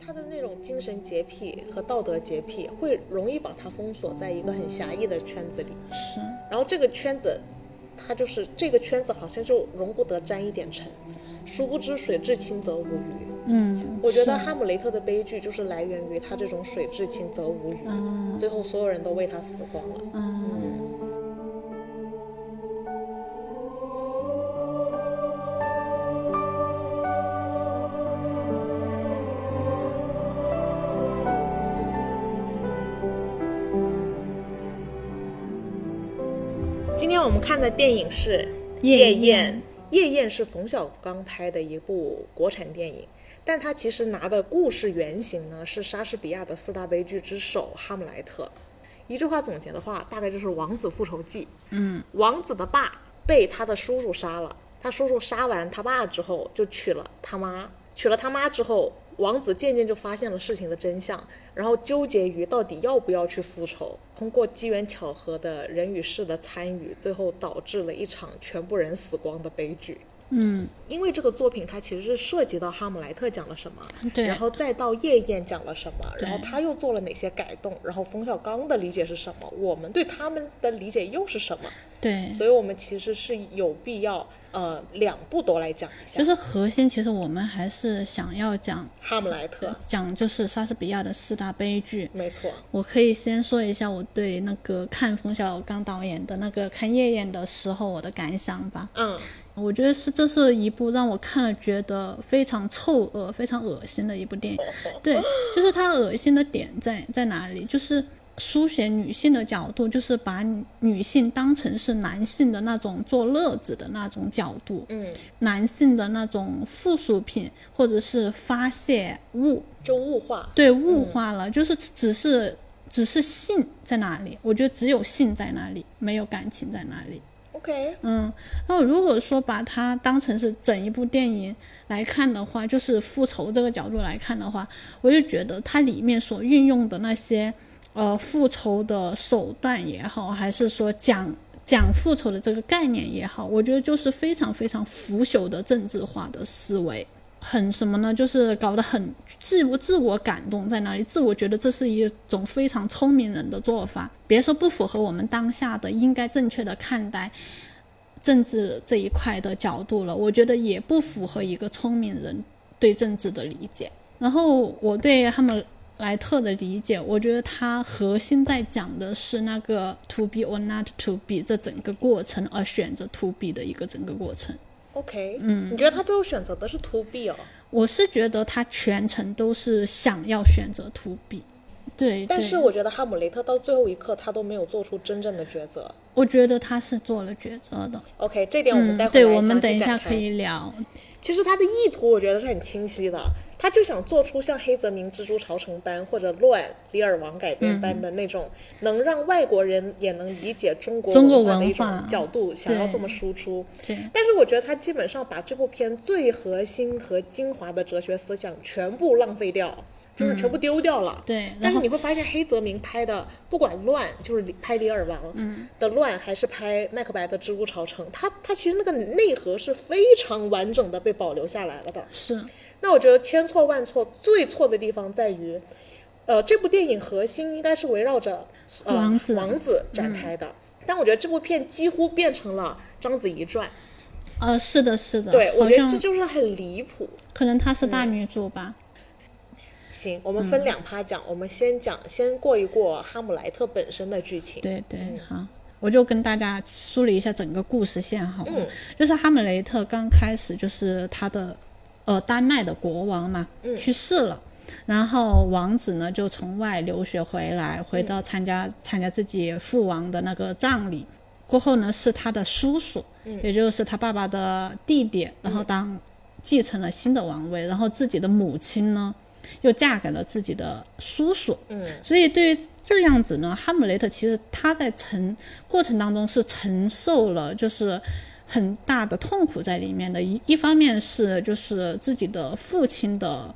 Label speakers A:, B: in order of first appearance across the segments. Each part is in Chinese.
A: 他的那种精神洁癖和道德洁癖，会容易把他封锁在一个很狭义的圈子里。
B: 是，
A: 然后这个圈子，它就是这个圈子好像就容不得沾一点尘，殊不知水至清则无鱼。
B: 嗯，
A: 我觉得《
B: 是
A: 哈姆雷特》的悲剧就是来源于他这种水至清则无鱼，最后所有人都为他死光了。今天我们看的电影是《
B: 夜
A: 夜
B: 宴
A: 宴》。《夜宴》是冯小刚拍的一部国产电影，但他其实拿的故事原型呢是莎士比亚的四大悲剧之首《哈姆雷特》。一句话总结的话，大概就是《王子复仇记》。嗯，王子的爸被他的叔叔杀了，他叔叔杀完他爸之后，就娶了他妈。娶了他妈之后，王子渐渐就发现了事情的真相，然后纠结于到底要不要去复仇。通过机缘巧合的人与事的参与，最后导致了一场全部人死光的悲剧。
B: 嗯，
A: 因为这个作品它其实是涉及到哈姆莱特讲了什么，
B: 对
A: 然后再到夜宴讲了什么，然后他又做了哪些改动，然后冯小刚的理解是什么，我们对他们的理解又是什么，
B: 对，
A: 所以我们其实是有必要呃两部都来讲一下
B: 就是核心，其实我们还是想要讲
A: 哈姆莱特，
B: 讲就是莎士比亚的四大悲剧。
A: 没错，
B: 我可以先说一下我对那个看冯小刚导演的那个看《夜宴》的时候我的感想吧。
A: 嗯，
B: 我觉得是这是一部让我看了觉得非常臭恶、非常恶心的一部电影。对，就是它恶心的点在在哪里？就是书写女性的角度，就是把女女性当成是男性的那种做乐子的那种角度，嗯，男性的那种附属品或者是发泄物，
A: 就物化，
B: 对，物化了，就是只是只是性在哪里？我觉得只有性在哪里，没有感情在哪里。
A: ，OK，
B: 嗯，那我如果说把它当成是整一部电影来看的话，就是复仇这个角度来看的话，我就觉得它里面所运用的那些呃复仇的手段也好，还是说讲讲复仇的这个概念也好，我觉得就是非常非常腐朽的政治化的思维。很什么呢？就是搞得很自我自我感动在哪里？自我觉得这是一种非常聪明人的做法，别说不符合我们当下的应该正确的看待政治这一块的角度了，我觉得也不符合一个聪明人对政治的理解。然后我对哈姆莱特的理解，我觉得他核心在讲的是那个 to be or not to be 这整个过程，而选择 to be 的一个整个过程。
A: OK，嗯，你觉得他最后选择的是 To B 哦？
B: 我是觉得他全程都是想要选择 to be，对，
A: 但
B: 对
A: 是我觉得哈姆雷特到最后一刻他都没有做出真正的抉择。
B: 我觉得他是做了抉择的。
A: OK，这点我们待会
B: 嗯对，
A: 来
B: 我们
A: 详细
B: 等一
A: 展
B: 下
A: 开
B: 可以聊。
A: 其实他的意图我觉得是很清晰的，他就想做出像黑泽明《蜘蛛朝城》般或者《乱里尔王》改编般的那种，能让外国人也能理解中国
B: 中国
A: 文化的
B: 文
A: 一种
B: 化
A: 角度，想要
B: 对
A: 这么输出。
B: 对
A: 但是我觉得他基本上把这部片最核心和精华的哲学思想全部浪费掉。就是全部丢掉了，
B: 对然
A: 但是
B: 后
A: 你会发现，黑泽明拍的不管乱，就是拍《李尔王》的乱，还是拍麦克白的《蜘蛛朝城》，它它其实那个内核是非常完整的被保留下来了的。
B: 是，
A: 那我觉得千错万错，最错的地方在于，呃，这部电影核心应该是围绕着、呃、
B: 王子嗯
A: 王子展开的。但我觉得这部片几乎变成了章子怡传，
B: 呃，是的，是的，
A: 对我
B: 好
A: 觉得这
B: 像
A: 就是很离谱。
B: 可能她是大女主吧。
A: 行，我
B: 嗯
A: 们分两趴讲，我们先讲，先过一过哈姆莱特本身的剧情。
B: 对对，好，我就跟大家梳理一下整个故事线好了。就是哈姆雷特刚开始就是他的呃丹麦的国王嘛、去世了，然后王子呢就从外留学回来，回到参加、参加自己父王的那个葬礼。过后呢，是他的叔叔，也就是他爸爸的弟弟，然后当继承了新的王位，然后自己的母亲呢又嫁给了自己的叔叔，嗯，所以对于这样子呢，哈姆雷特其实他在承过程当中是承受了就是很大的痛苦在里面的，一一方面是就是自己的父亲的。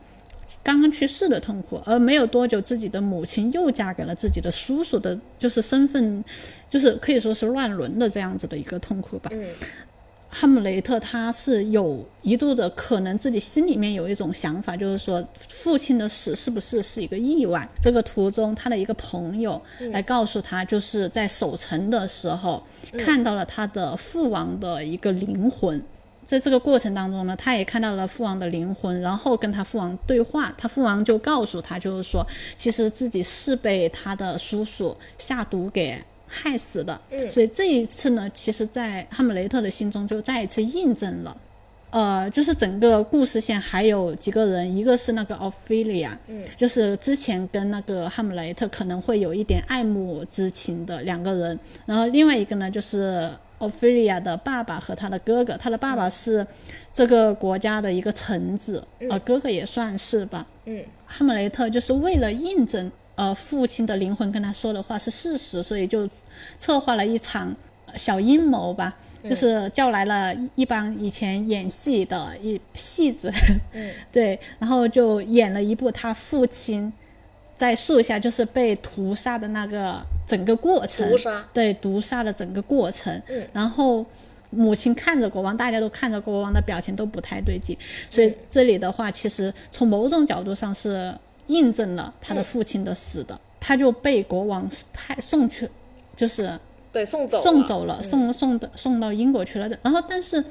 B: 刚刚去世的痛苦，而没有多久，自己的母亲又嫁给了自己的叔叔的，就是身份，就是可以说是乱伦的这样子的一个痛苦吧。哈姆雷特他是有一度的可能自己心里面有一种想法，就是说父亲的死是不是是一个意外？这个途中他的一个朋友来告诉他，就是在守城的时候、看到了他的父王的一个灵魂。在这个过程当中呢，他也看到了父王的灵魂，然后跟他父王对话，他父王就告诉他，就是说，其实自己是被他的叔叔下毒给害死的。嗯，所以这一次呢，其实，在哈姆雷特的心中就再一次印证了。呃，就是整个故事线还有几个人，一个是那个奥菲利亚，嗯，就是之前跟那个哈姆雷特可能会有一点爱慕之情的两个人，然后另外一个呢就是奥菲利亚的爸爸和他的哥哥，他的爸爸是这个国家的一个臣子，呃，哥哥也算是吧，
A: 嗯，
B: 哈姆雷特就是为了印证呃父亲的灵魂跟他说的话是事实，所以就策划了一场呃小阴谋吧，就是叫来了一帮以前演戏的一戏子， 对，然后就演了一部他父亲在树下就是被屠杀的那个整个过程，
A: 毒杀
B: 对毒杀的整个过程，然后。母亲看着国王，大家都看着国王的表情都不太对劲，所以这里的话，其实从某种角度上是印证了他的父亲的死的，他就被国王派送去，就是
A: 对，送走
B: 送
A: 了
B: 走了，嗯送送的送到英国去了。然后，但是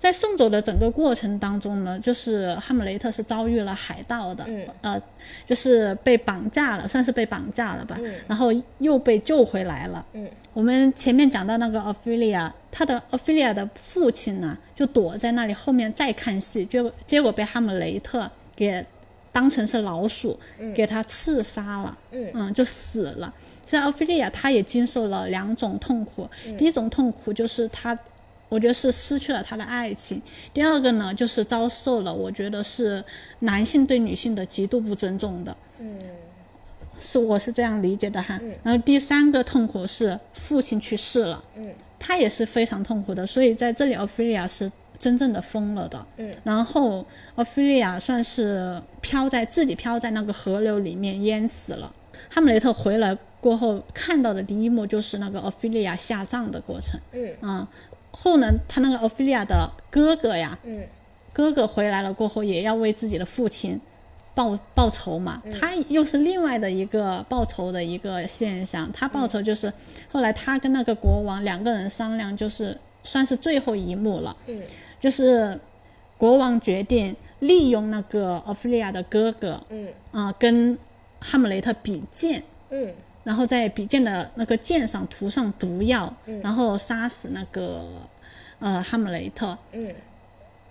B: 在送走的整个过程当中呢，就是哈姆雷特是遭遇了海盗的，呃，就是被绑架了，算是被绑架了吧。然后又被救回来了。嗯，我们前面讲到那个奥菲利亚，他的奥菲利亚的父亲呢，就躲在那里后面再看戏，结果结果被哈姆雷特给当成是老鼠，给他刺杀了，嗯就死了。其实奥菲利亚她也经受了两种痛苦，第一种痛苦就是她，我觉得是失去了她的爱情；第二个呢，就是遭受了我觉得是男性对女性的极度不尊重的，嗯，是我是这样理解的哈。然后第三个痛苦是父亲去世了，嗯，她也是非常痛苦的，所以在这里奥菲利亚是。真正的疯了的，嗯，然后奥菲利亚算是飘在自己飘在那个河流里面淹死了，哈姆雷特回来过后看到的第一幕就是那个奥菲利亚下葬的过程。嗯后呢，他那个奥菲利亚的哥哥呀，
A: 嗯，
B: 哥哥回来了过后也要为自己的父亲报报仇嘛，他又是另外的一个报仇的一个现象。他报仇就是、后来他跟那个国王两个人商量，就是算是最后一幕了。嗯，就是国王决定利用那个奥菲利亚的哥哥，嗯啊、跟哈姆雷特比剑，
A: 嗯
B: 然后在比剑的那个剑上涂上毒药，
A: 嗯
B: 然后杀死那个呃哈姆雷特。
A: 嗯，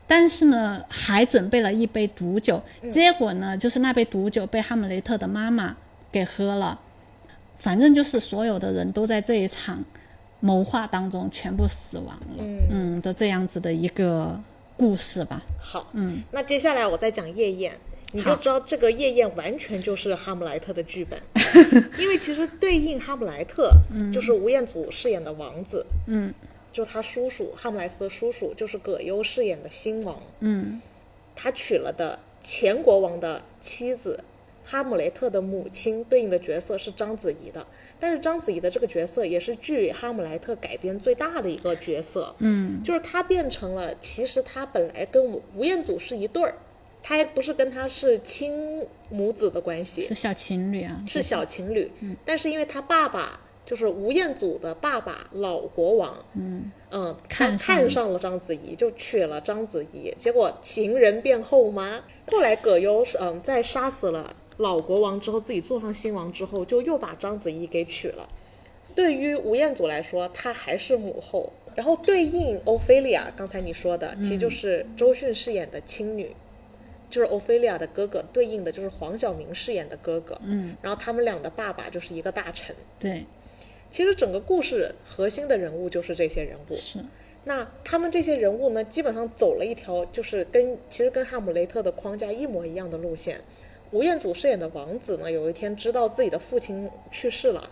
B: 但是呢，还准备了一杯毒酒，
A: 嗯
B: 结果呢，就是那杯毒酒被哈姆雷特的妈妈给喝了。反正就是所有的人都在这一场谋划当中全部死亡了，嗯的这样子的一个故事吧。
A: 好，嗯，那接下来我再讲夜宴，你就知道这个夜宴完全就是哈姆莱特的剧本， 因为其实对应哈姆莱特，就是吴彦祖饰演的王子，嗯，就他叔叔哈姆莱特的叔叔就是葛优饰演的新王，嗯，他娶了的前国王的妻子。哈姆雷特的母亲对应的角色是章子怡的，但是章子怡的这个角色也是剧《哈姆莱特》改编最大的一个角色。嗯，就是她变成了，其实她本来跟吴吴彦祖是一对儿，她还不是跟他是亲母子的关系，
B: 是小情侣啊，
A: 是小情侣，但是因为他爸爸就是吴彦祖的爸爸老国王，嗯他
B: 看上
A: 看上了章子怡，就娶了章子怡，结果情人变后妈。后来葛优是嗯在杀死了老国王之后，自己坐上新王之后，就又把章子怡给娶了。对于吴彦祖来说，她还是母后。然后对应欧菲利亚，刚才你说的，
B: 嗯
A: 其实就是周迅饰演的青女。就是欧菲利亚的哥哥，对应的就是黄晓明饰演的哥哥。嗯，然后他们俩的爸爸就是一个大臣。
B: 对，
A: 其实整个故事核心的人物就是这些人物。
B: 是
A: 那他们这些人物呢，基本上走了一条就是跟其实跟哈姆雷特的框架一模一样的路线。吴彦祖饰演的王子呢，有一天知道自己的父亲去世了，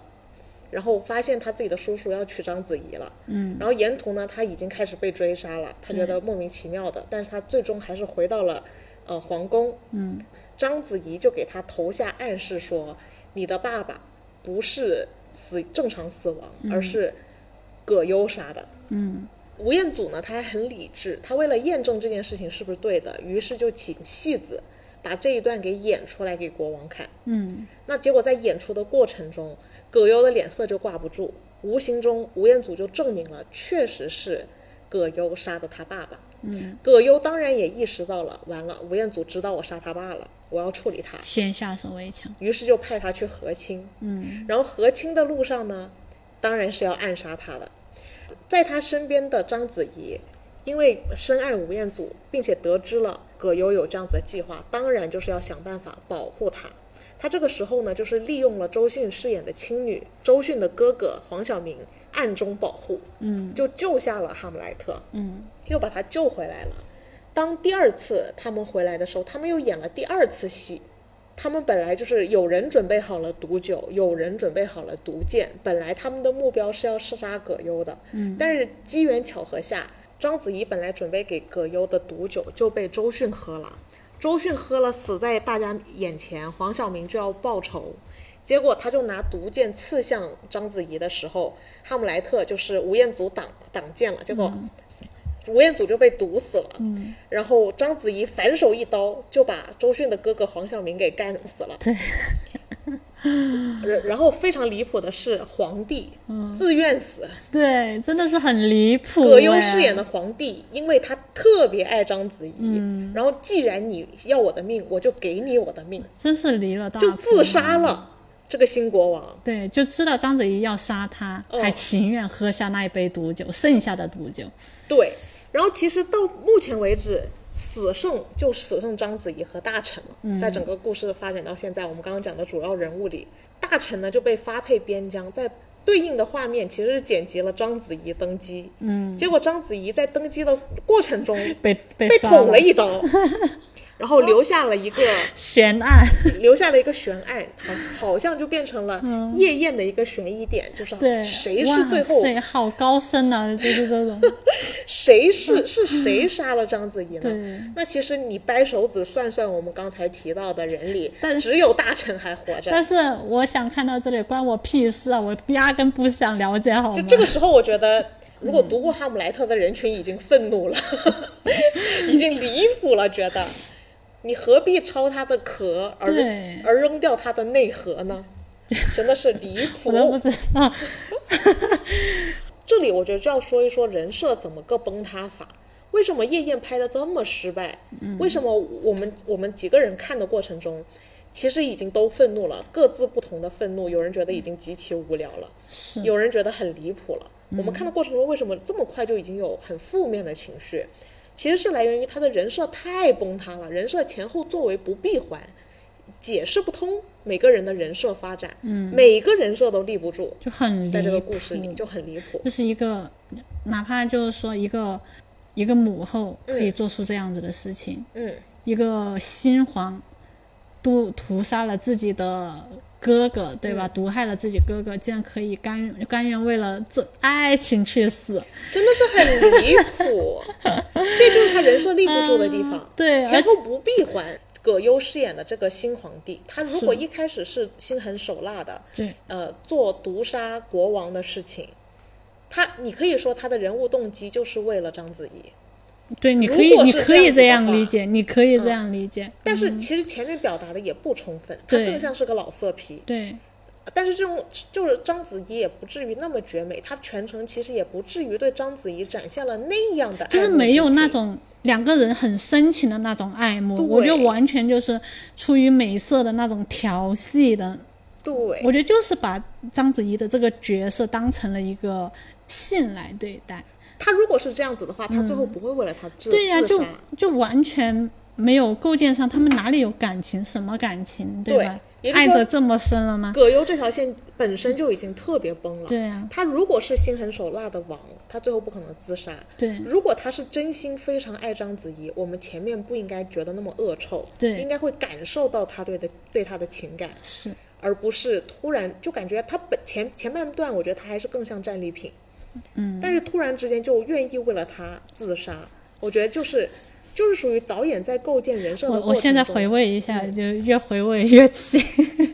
A: 然后发现他自己的叔叔要娶章子怡了，嗯，然后沿途呢，他已经开始被追杀了，他觉得莫名其妙的，但是他最终还是回到了呃皇宫，嗯，章子怡就给他投下暗示说，你的爸爸嗯
B: 嗯
A: 不是死正常死亡，而是葛优杀的，吴彦祖呢，他还很理智，他为了验证这件事情是不是对的，于是就请戏子把这一段给演出来给国王看。
B: 嗯，
A: 那结果在演出的过程中，葛优的脸色就挂不住，无形中吴彦祖就证明了，确实是葛优杀的他爸爸。
B: 嗯，
A: 葛优当然也意识到了，完了，吴彦祖知道我杀他爸了，我要处理他，
B: 先下手为强。
A: 于是就派他去和亲。
B: 嗯，
A: 然后和亲的路上呢，当然是要暗杀他的。在他身边的章子怡，因为深爱吴彦祖，并且得知了葛优有这样子的计划，当然就是要想办法保护他。他这个时候呢，就是利用了周迅饰演的青女，周迅的哥哥黄晓明暗中保护，
B: 嗯，
A: 就救下了哈姆莱特，
B: 嗯，
A: 又把他救回来了。当第二次他们回来的时候，他们又演了第二次戏，他们本来就是有人准备好了毒酒，有人准备好了毒箭，本来他们的目标是要射杀葛优的，
B: 嗯，
A: 但是机缘巧合下，章子怡本来准备给葛优的毒酒就被周迅喝了，周迅喝了死在大家眼前，黄晓明就要报仇。结果他就拿毒箭刺向章子怡的时候，哈姆莱特就是吴彦祖挡挡箭了，结果吴彦祖就被毒死了。
B: 嗯，
A: 然后章子怡反手一刀就把周迅的哥哥黄晓明给干死了。
B: 对，
A: 然然后非常离谱的是，皇帝
B: 嗯
A: 自愿死。
B: 对，真的是很离谱、
A: 葛优饰
B: 哎
A: 演的皇帝，因为他特别爱章子怡，
B: 嗯
A: 然后既然你要我的命，我就给你我的命，
B: 真是离了大谱
A: 就自杀了。这个新国王，
B: 对，就知道章子怡要杀他，
A: 嗯
B: 还情愿喝下那一杯毒酒，剩下的毒酒。
A: 对，然后其实到目前为止，死剩就死剩章子怡和大臣了。
B: 嗯
A: 在整个故事的发展到现在，我们刚刚讲的主要人物里，大臣呢就被发配边疆，在对应的画面其实是剪辑了章子怡登基。嗯，结果章子怡在登基的过程 中
B: 被
A: 被
B: 被杀
A: 捅了一刀，然后留下了一个
B: 悬案，
A: 留下了一个悬案，好好像就变成了夜宴的一个悬疑点，就是
B: 嗯 对，
A: 谁是最后
B: 哇塞，好高深啊，就是这种，
A: 谁是是谁杀了章子怡
B: 嗯对
A: 呢？那其实你掰手指算算，我们刚才提到的人里
B: 但，
A: 只有大臣还活着。
B: 但是我想看到这里，关我屁事啊！我压根不想了解，好吗
A: 就？这个时候，我觉得如果读过《哈姆莱特》的人群已经愤怒 了，已经离谱了，觉得你何必抄他的壳而
B: 对
A: 而扔掉他的内核呢？真的是离谱。
B: 我都不知道。
A: 这里我觉得就要说一说人设怎么个崩塌法。为什么夜宴拍的这么失败？
B: 嗯
A: 为什么我们我们几个人看的过程中，其实已经都愤怒了，各自不同的愤怒。有人觉得已经极其无聊了，
B: 是嗯
A: 有人觉得很离谱了。我们看的过程中，为什么这么快就已经有很负面的情绪？其实是来源于他的人设太崩塌了，人设前后作为不闭环，解释不通每个人的人设发展，嗯，每个人设都立不住，
B: 就很离谱。
A: 在这个故事里就很离谱。
B: 就是一个，哪怕就是说一个一个母后可以做出这样子的事情，
A: 嗯，
B: 一个新皇都屠杀了自己的哥
A: 嗯
B: 哥，对吧？毒害了自己哥哥，竟然可以甘甘愿为了这爱情去死，
A: 真的是很离谱，这就是他人设立不住的 地方。
B: 嗯对
A: 前
B: 而且
A: 后不闭环。葛优饰演的这个新皇帝，他如果一开始是心狠手辣的，
B: 对，
A: 呃，做毒杀国王的事情，他你可以说他的人物动机就是为了章子怡，
B: 对，你
A: 如
B: 可以，
A: 果
B: 你
A: 是
B: 可
A: 这
B: 以
A: 样子
B: 这
A: 的
B: 样
A: 话嗯
B: 理解，你可以这样理解，
A: 但是其实前面表达的也不充分，他
B: 嗯对
A: 更像是个老色批。
B: 对，
A: 但是这种就是章子怡也不至于那么绝美，他全程其实也不至于对章子怡展现了那样的爱慕之
B: 就
A: 情，
B: 是没有那种两个人很深情的那种爱慕，
A: 对
B: 我觉得完全就是出于美色的那种调戏的
A: 对
B: 我觉得就是把章子怡的这个角色当成了一个性来对待。
A: 他如果是这样子的话，他最后不会为了他自、
B: 嗯对呀、
A: 自
B: 就
A: 杀。
B: 就完全没有构建上他们哪里有感情，什么感情，
A: 对
B: 吧？
A: 也就是
B: 爱
A: 说
B: 得这么深了吗？
A: 葛优这条线本身就已经特别崩了。
B: 对啊，
A: 他如果是心狠手辣的王，他最后不可能自杀。
B: 对
A: 如果他是真心非常爱章子怡，我们前面不应该觉得那么恶臭，
B: 对
A: 应该会感受到他对的对他的情感，
B: 是，
A: 而不是突然就感觉他本前前半段，我觉得他还是更像战利品，嗯，但是突然之间就愿意为了他自杀，我觉得就是就是属于导演在构建人设的
B: 我
A: 过程
B: 我现在
A: 中
B: 回味一下，就越回味越气。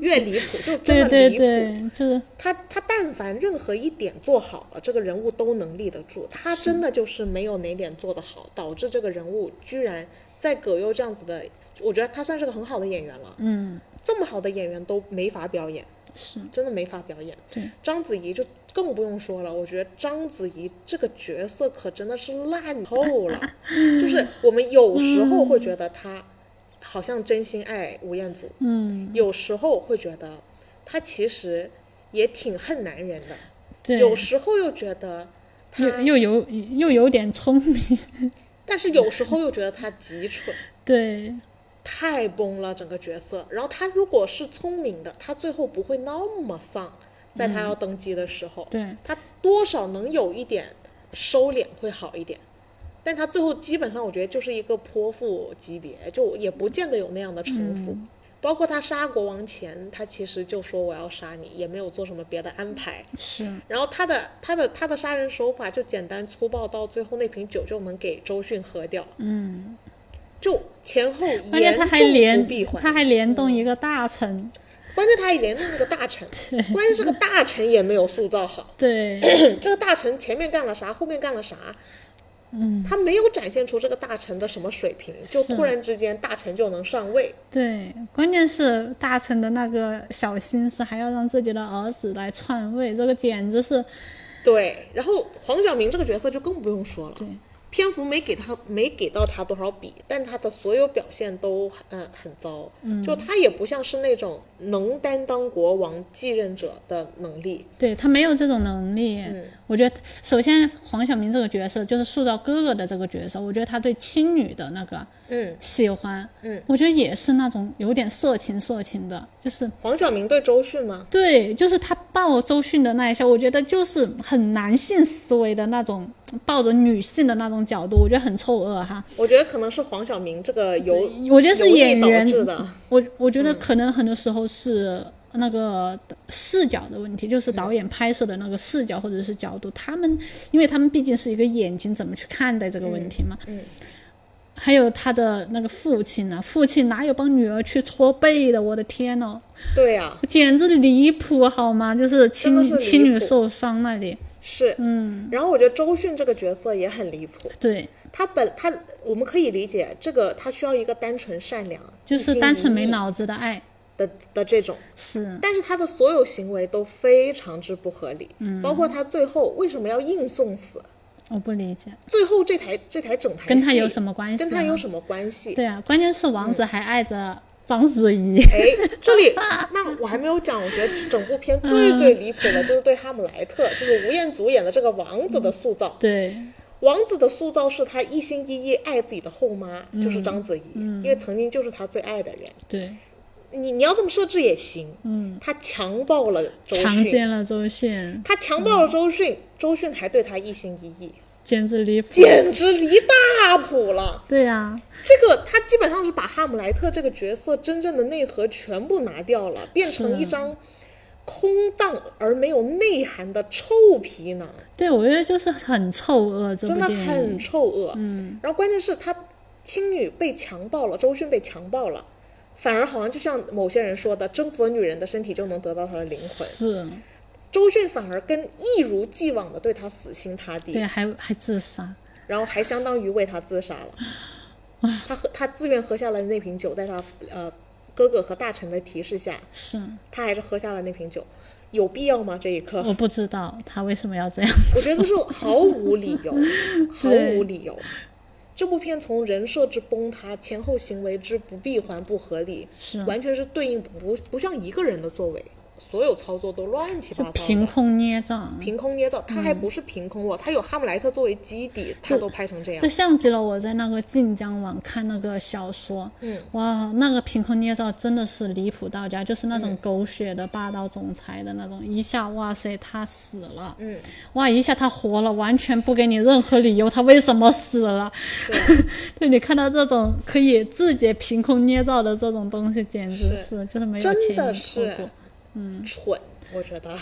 A: 越离谱，就 真
B: 对
A: 的
B: 对
A: 离谱。
B: 对，就是
A: 他他但凡任何一点做好了，这个人物都能立得住。他真的就是没有哪点做得好，导致这个人物居然在葛优这样子的，我觉得他算是个很好的演员了。
B: 嗯
A: 这么好的演员都没法表演，
B: 是
A: 真的没法表演
B: 对。
A: 章子怡就更不用说了，我觉得章子怡这个角色可真的是烂透 了，就是我们有时候
B: 嗯
A: 会觉得她好像真心爱吴彦祖，
B: 嗯
A: 有时候会觉得她其实也挺恨男人的，
B: 对，
A: 有时候又觉得她，
B: 又又有又有点聪明，
A: 但是有时候又觉得她极蠢。
B: 对
A: 太崩了整个角色。然后他如果是聪明的，他最后不会那么丧，在他要登基的时候，
B: 嗯对
A: 他多少能有一点收敛会好一点。但他最后基本上，我觉得就是一个泼妇级别，就也不见得有那样的城府。
B: 嗯
A: 包括他杀国王前，他其实就说我要杀你，也没有做什么别的安排。
B: 是，
A: 然后他的他的他的杀人手法就简单粗暴，到最后那瓶酒就能给周迅喝掉。嗯，就前后严
B: 而且他还
A: 重不嗯
B: 联
A: 闭环。
B: 他还联动一个大臣，
A: 关键他还联动那个大 臣，关键这个大臣也没有塑造好。
B: 对
A: 这个大臣前面干了啥，后面干了啥，嗯，他没有展现出这个大臣的什么水平，就突然之间大臣就能上位。
B: 对，关键是大臣的那个小心思，还要让自己的儿子来篡位，这个简直是
A: 对，然后黄晓明这个角色就更不用说了，
B: 对
A: 篇幅没给他没给到他多少笔，但他的所有表现都嗯很糟，就他也不像是那种能担当国王继任者的能力，
B: 对他没有这种能力。
A: 嗯
B: 我觉得，首先黄晓明这个角色就是塑造哥哥的这个角色，我觉得他对亲女的那个
A: 嗯
B: 喜欢，
A: 嗯，
B: 我觉得也是那种有点色情色情的，就是
A: 黄晓明对周迅吗？
B: 对，就是他抱周迅的那一下，我觉得就是很男性思维的那种抱着女性的那种角度，我觉得很臭恶哈。
A: 我觉得可能是黄晓明这个由
B: 我觉得是
A: 由内
B: 演
A: 导
B: 员
A: 致的，
B: 我我觉得
A: 嗯
B: 可能很多时候是那个视角的问题，就是导演拍摄的那个视角或者是角度，他们因为他们毕竟是一个眼睛怎么去看待这个问题嘛。
A: 嗯嗯
B: 还有他的那个父亲呢、父亲哪有帮女儿去搓背的？我的天呐，
A: 对啊呀、
B: 简直离谱好吗？就是
A: 真的是
B: 亲
A: 离谱
B: 亲女受伤那里，
A: 是，嗯。然后我觉得周迅这个角色也很离谱，
B: 对，
A: 他本他我们可以理解这个他需要一个单纯善良，
B: 就
A: 一
B: 是
A: 心
B: 单纯
A: 一
B: 没
A: 意
B: 脑子的爱，
A: 的的这种，
B: 是
A: 但是他的所有行为都非常之不合理，嗯，包括他最后为什么要硬送死？
B: 我不理解，
A: 最后这台这台整台戏
B: 跟他有什么关系、啊？
A: 跟他有嗯什么关系？
B: 对啊，关键是王子还爱着章子怡。
A: 哎，这里那我还没有讲，我觉得整部片
B: 嗯
A: 最最离谱的就是对哈姆莱特，就是吴彦祖演的这个王子的塑造，
B: 对，
A: 王子的塑造是他一心一意爱自己的后妈，
B: 嗯
A: 就是章子怡，因为曾经就是他最爱的人。
B: 对，
A: 你你要这么设置也行，嗯，他强暴了周
B: 强
A: 迅，
B: 奸了周迅，
A: 他强暴了周迅，周迅还对他一心一意，
B: 简直离谱。
A: 简直离大谱了。
B: 对啊，
A: 这个他基本上是把哈姆莱特这个角色真正的内核全部拿掉了，变
B: 啊
A: 成一张空荡而没有内涵的臭皮囊。
B: 对我觉得就是很臭恶这
A: 真
B: 部
A: 的
B: 电影。
A: 很臭恶。嗯，然后关键是他青女被强暴了，周迅被强暴了，反而好像就像某些人说的，征服了女人的身体就能得到她的灵魂。
B: 是，
A: 周迅反而跟一如既往的对她死心塌
B: 对，
A: 地，
B: 啊还还自杀，
A: 然后还相当于为他自杀了。他喝，他自愿喝下了那瓶酒，在他呃哥哥和大臣的提示下，
B: 是，
A: 他还是喝下了那瓶酒，有必要吗？这一刻，
B: 我不知道他为什么要这样。
A: 我觉得是毫无理 由，毫
B: 对
A: 无理由。这部片从人设之崩塌，前后行为之不闭环不合理，
B: 是
A: 完全是对应不不像一个人的作为，所有操作都乱七八糟的，
B: 凭空捏造，
A: 凭空捏造。他还不是凭空了，他有哈姆莱特作为基底，他都拍成这样
B: 就。像极了我在那个晋江网看那个小说，
A: 嗯，
B: 哇，那个凭空捏造真的是离谱到家，就是那种
A: 嗯
B: 狗血的霸道总裁的那种，一下哇塞他死了，嗯，哇一下他活了，完全不给你任何理由，他为什么死了？ 对，你看到这种可以自己凭空捏造的这种东西，简直
A: 是
B: 是就是没有
A: 真
B: 前
A: 的
B: 因后
A: 是
B: 果，
A: 蠢，我觉得。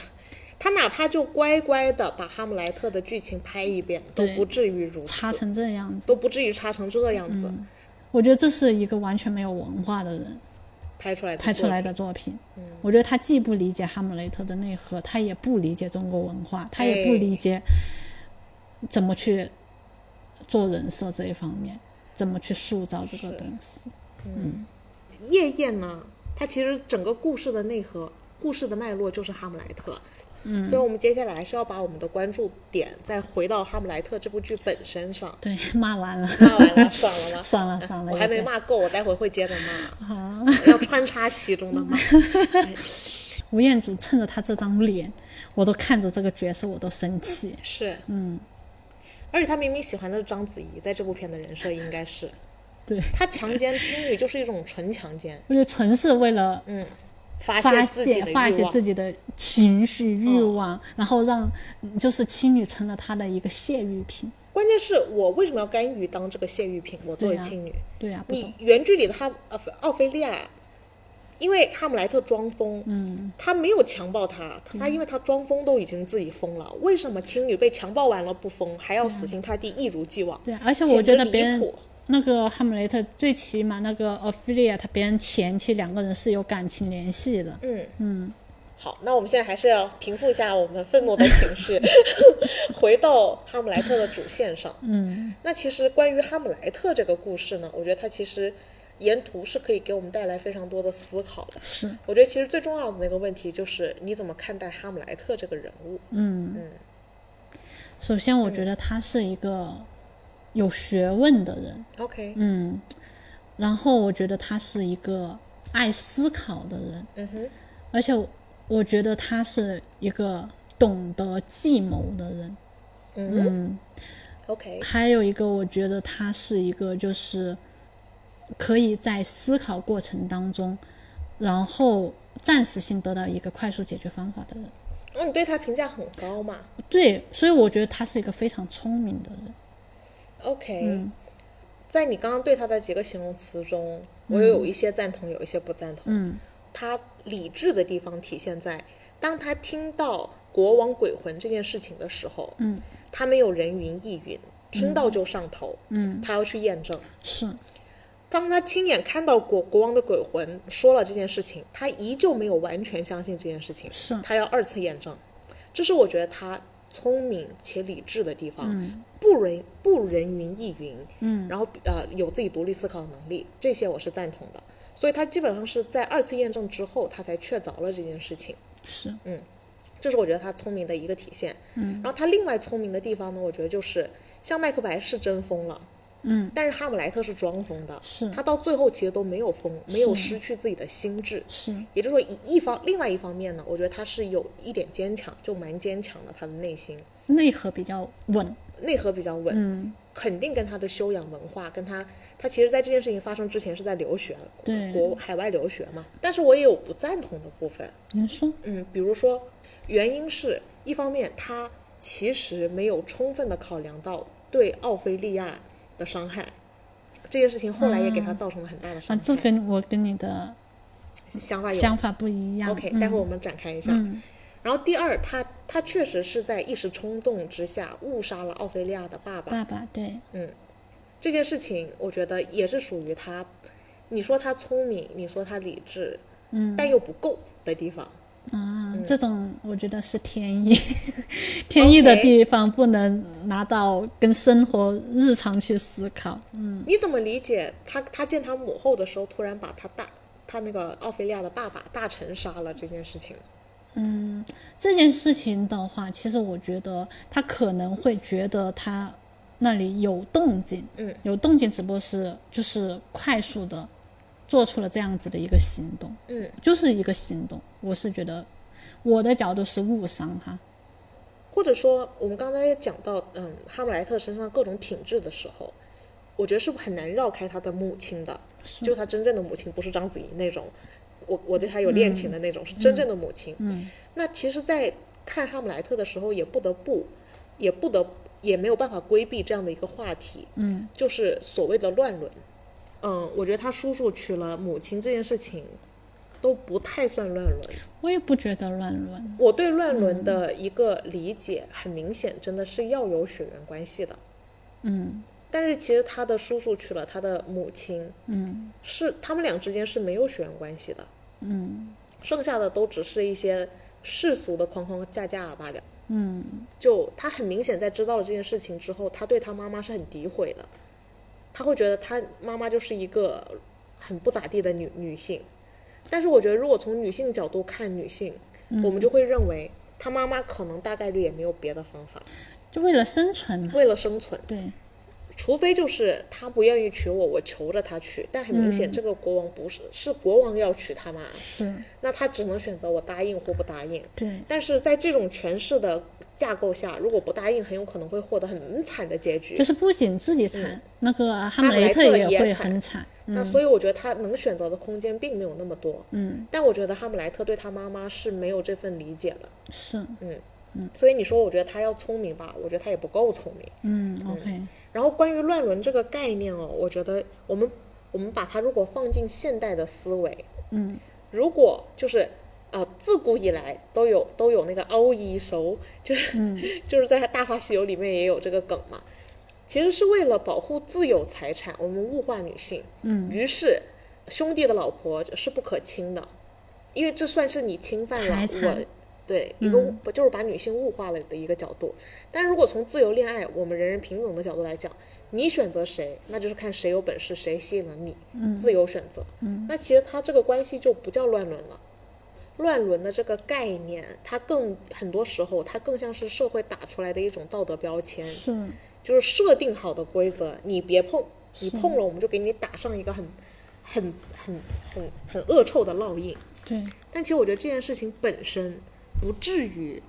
A: 他哪怕就乖乖的把哈姆莱特的剧情拍一遍，都
B: 对
A: 不至于如
B: 差
A: 此，
B: 成嗯这样子。
A: 都不至于差成这样子，
B: 我觉得这是一个完全没有文化的人
A: 拍出来的
B: 拍出
A: 作
B: 来
A: 品嗯
B: 的作品。我觉得他既不理解《哈姆雷特》的内核，他也不理解中国文化，他也不
A: 哎
B: 理解怎么去做人设这一方面，怎么去塑造这个东西。
A: 夜宴呢，它其实整个故事的内核、故事的脉络就是哈姆莱特。嗯，所以我们接下来是要把我们的关注点再回到《哈姆莱特》这部剧本身 上。
B: 对，骂完了，
A: 骂完了，爽了吗？
B: 算了算了，
A: 我还没
B: 有点。
A: 骂够，我待会会接着骂，要穿插其中的 骂。哎
B: 吴彦祖趁着他这张脸，我都看着这个角色，我都生气。
A: 是，嗯，而且他明明喜欢的是章子怡，在这部片的人设应该是，
B: 对，
A: 他强奸青女就是一种纯强奸，
B: 我觉得纯是为了
A: 发
B: 发
A: 嗯泄自己
B: 泄
A: 的
B: 发
A: 欲
B: 泄
A: 望
B: 自。己的情绪欲望，然后让嗯就是妻女成了他的一个泄欲品。
A: 关键是我为什么要干预当这个泄欲品？我作为
B: 对呀
A: 青女，
B: 对啊呀、不懂
A: 你原剧里的哈呃奥菲利亚，因为哈姆莱特装疯，嗯，他没有强暴她，
B: 嗯
A: 他因为他装疯都已经自己疯了，为什么青女被强暴完了不疯，还要死心塌地，一如既往？
B: 嗯对啊，而且
A: 简
B: 我
A: 直
B: 觉得
A: 离
B: 别人
A: 谱
B: 那个哈姆雷特最起码那个 Ophelia，他别人前期两个人是有感情联系的。
A: 嗯好，那我们现在还是要平复一下我们愤怒的情绪， 回到哈姆莱特的主线上。嗯，那其实关于哈姆莱特这个故事呢，我觉得它其实沿途是可以给我们带来非常多的思考的。
B: 是，
A: 我觉得其实最重要的那个问题就是你怎么看待哈姆莱特这个人物？
B: 首先
A: 嗯
B: 我觉得他是一个有学问的人，
A: OK，
B: 嗯然后我觉得他是一个爱思考的人，嗯哼，而且我我觉得他是一个懂得计谋的人，
A: o k
B: 还有一个我觉得他是一个就是可以在思考过程当中，然后暂时性得到一个快速解决方法的人。
A: 那、哦你对他评价很高嘛
B: 对，所以我觉得他是一个非常聪明的人。
A: ？OK，、在你刚刚对他的几个形容词中，我有一些赞同，有一些不赞同。嗯，他理智的地方体现在，当他听到国王鬼魂这件事情的时候，嗯，他没有人云亦云，听到就上头，嗯，他要去验证。
B: 是，
A: 当他亲眼看到国国王的鬼魂说了这件事情，他依旧没有完全相信这件事情，
B: 是
A: 他要二次验证，这是我觉得他聪明且理智的地方，不人不人云亦云，嗯，然后呃有自己独立思考的能力，这些我是赞同的，所以他基本上是在二次验证之后，他才确凿了这件事情，
B: 是，
A: 这是我觉得他聪明的一个体现。嗯，然后他另外聪明的地方呢，我觉得就是像麦克白是真疯了。嗯，但是哈姆莱特是装疯的，
B: 是
A: 他到最后其实都没有疯，没有失去自己的心智，
B: 是，
A: 也就是说一一方另外一方面呢，我觉得他是有一点坚强，就蛮坚强的，他的内心
B: 内核比较稳。
A: 内核比较稳，嗯，肯定跟他的修养文化，跟他他其实，在这件事情发生之前是在留学，
B: 对
A: 国海外留学嘛，但是我也有不赞同的部分，
B: 您说，
A: 嗯，比如说，原因是一方面他其实没有充分的考量到对奥菲利亚的伤害，这件事情后来也给他造成了很大的
B: 啊，
A: 伤害。
B: 这跟我跟你的
A: 想法有
B: 想法不一样。
A: OK，待会我们展开一下。然后第二，他他确实是在一时冲动之下误杀了奥菲利亚的爸爸。
B: 爸爸，对，
A: 这件事情，我觉得也是属于他，你说他聪明，你说他理智，嗯，但又不够的地方。
B: 啊，
A: 嗯
B: 这种我觉得是天意， 天意的
A: OK
B: 地方不能拿到跟生活日常去思考。
A: 你怎么理解他？他见他母后的时候，突然把他大他那个奥菲利亚的爸爸大臣杀了这件事情呢？
B: 这件事情的话，其实我觉得他可能会觉得他那里有动静，
A: 嗯，
B: 有动静，只不过是就是快速的做出了这样子的一个行动，
A: 嗯，
B: 就是一个行动。我是觉得我的角度是误伤哈，
A: 或者说，我们刚才也讲到，嗯，哈姆莱特身上各种品质的时候，我觉得是很难绕开他的母亲的，就他真正的母亲，不是章子怡那种，我我对他有恋情的那种，是真正的母亲。嗯，那其实，在看哈姆莱特的时候，也不得不，也不得也没有办法规避这样的一个话题，嗯，就是所谓的乱伦。嗯，我觉得他叔叔娶了母亲这件事情，都不太算乱伦。
B: 我也不觉得乱伦。
A: 我对乱伦的一个理解，很明显，真的是要有血缘关系的。
B: 嗯
A: 但是其实他的叔叔娶了他的母亲，
B: 嗯
A: 是他们俩之间是没有血缘关系的，
B: 嗯
A: 剩下的都只是一些世俗的框框架架罢了。
B: 嗯
A: 就他很明显在知道了这件事情之后，他对他妈妈是很诋毁的，他会觉得他妈妈就是一个很不咋地的女女性。但是我觉得，如果从女性角度看女性，我们就会认为他妈妈可能大概率也没有别的方法，
B: 就为了生存嘛。
A: 为了生存，
B: 对，
A: 除非就是他不愿意娶我，我求着他娶。但很明显，这个国王不是，是国王要娶他妈，
B: 是，
A: 那他只能选择我答应或不答应。
B: 对，
A: 但是在这种权势的架构下，如果不答应，很有可能会获得很惨的结局
B: 就。是不仅自己
A: 嗯
B: 惨，那个哈姆
A: 姆雷
B: 雷特
A: 特也
B: 会
A: 惨
B: 很惨。
A: 那所以我觉得他能选择的空间并没有那么多。
B: 嗯，
A: 但我觉得哈姆莱特对他妈妈是没有这份理解的。
B: 是，
A: 所以你说，我觉得他要聪明吧，我觉得他也不够聪明。
B: 嗯，OK，
A: 然后关于乱伦这个概念哦，我觉得我们我们把它如果放进现代的思维，
B: 嗯，
A: 如果就是呃自古以来都有都有那个欧乙熟，就是、
B: 嗯
A: 就是在《大话西游》里面也有这个梗嘛，其实是为了保护自有财产，我们物化女性，嗯，于是兄弟的老婆是不可亲的，因为这算是你侵犯了
B: 财产嗯
A: 我。对，一个物不就是把女性物化了的一个角度，但如果从自由恋爱，我们人人平等的角度来讲，你选择谁，那就是看谁有本事，谁吸引了你，
B: 嗯
A: 自由选择。那其实它这个关系就不叫乱伦了。乱伦的这个概念，它更很多时候它更像是社会打出来的一种道德标签，
B: 是，
A: 就是设定好的规则，你别碰，你碰了我们就给你打上一个很、很、很、很、很恶臭的烙印。
B: 对，
A: 但其实我觉得这件事情本身不至于，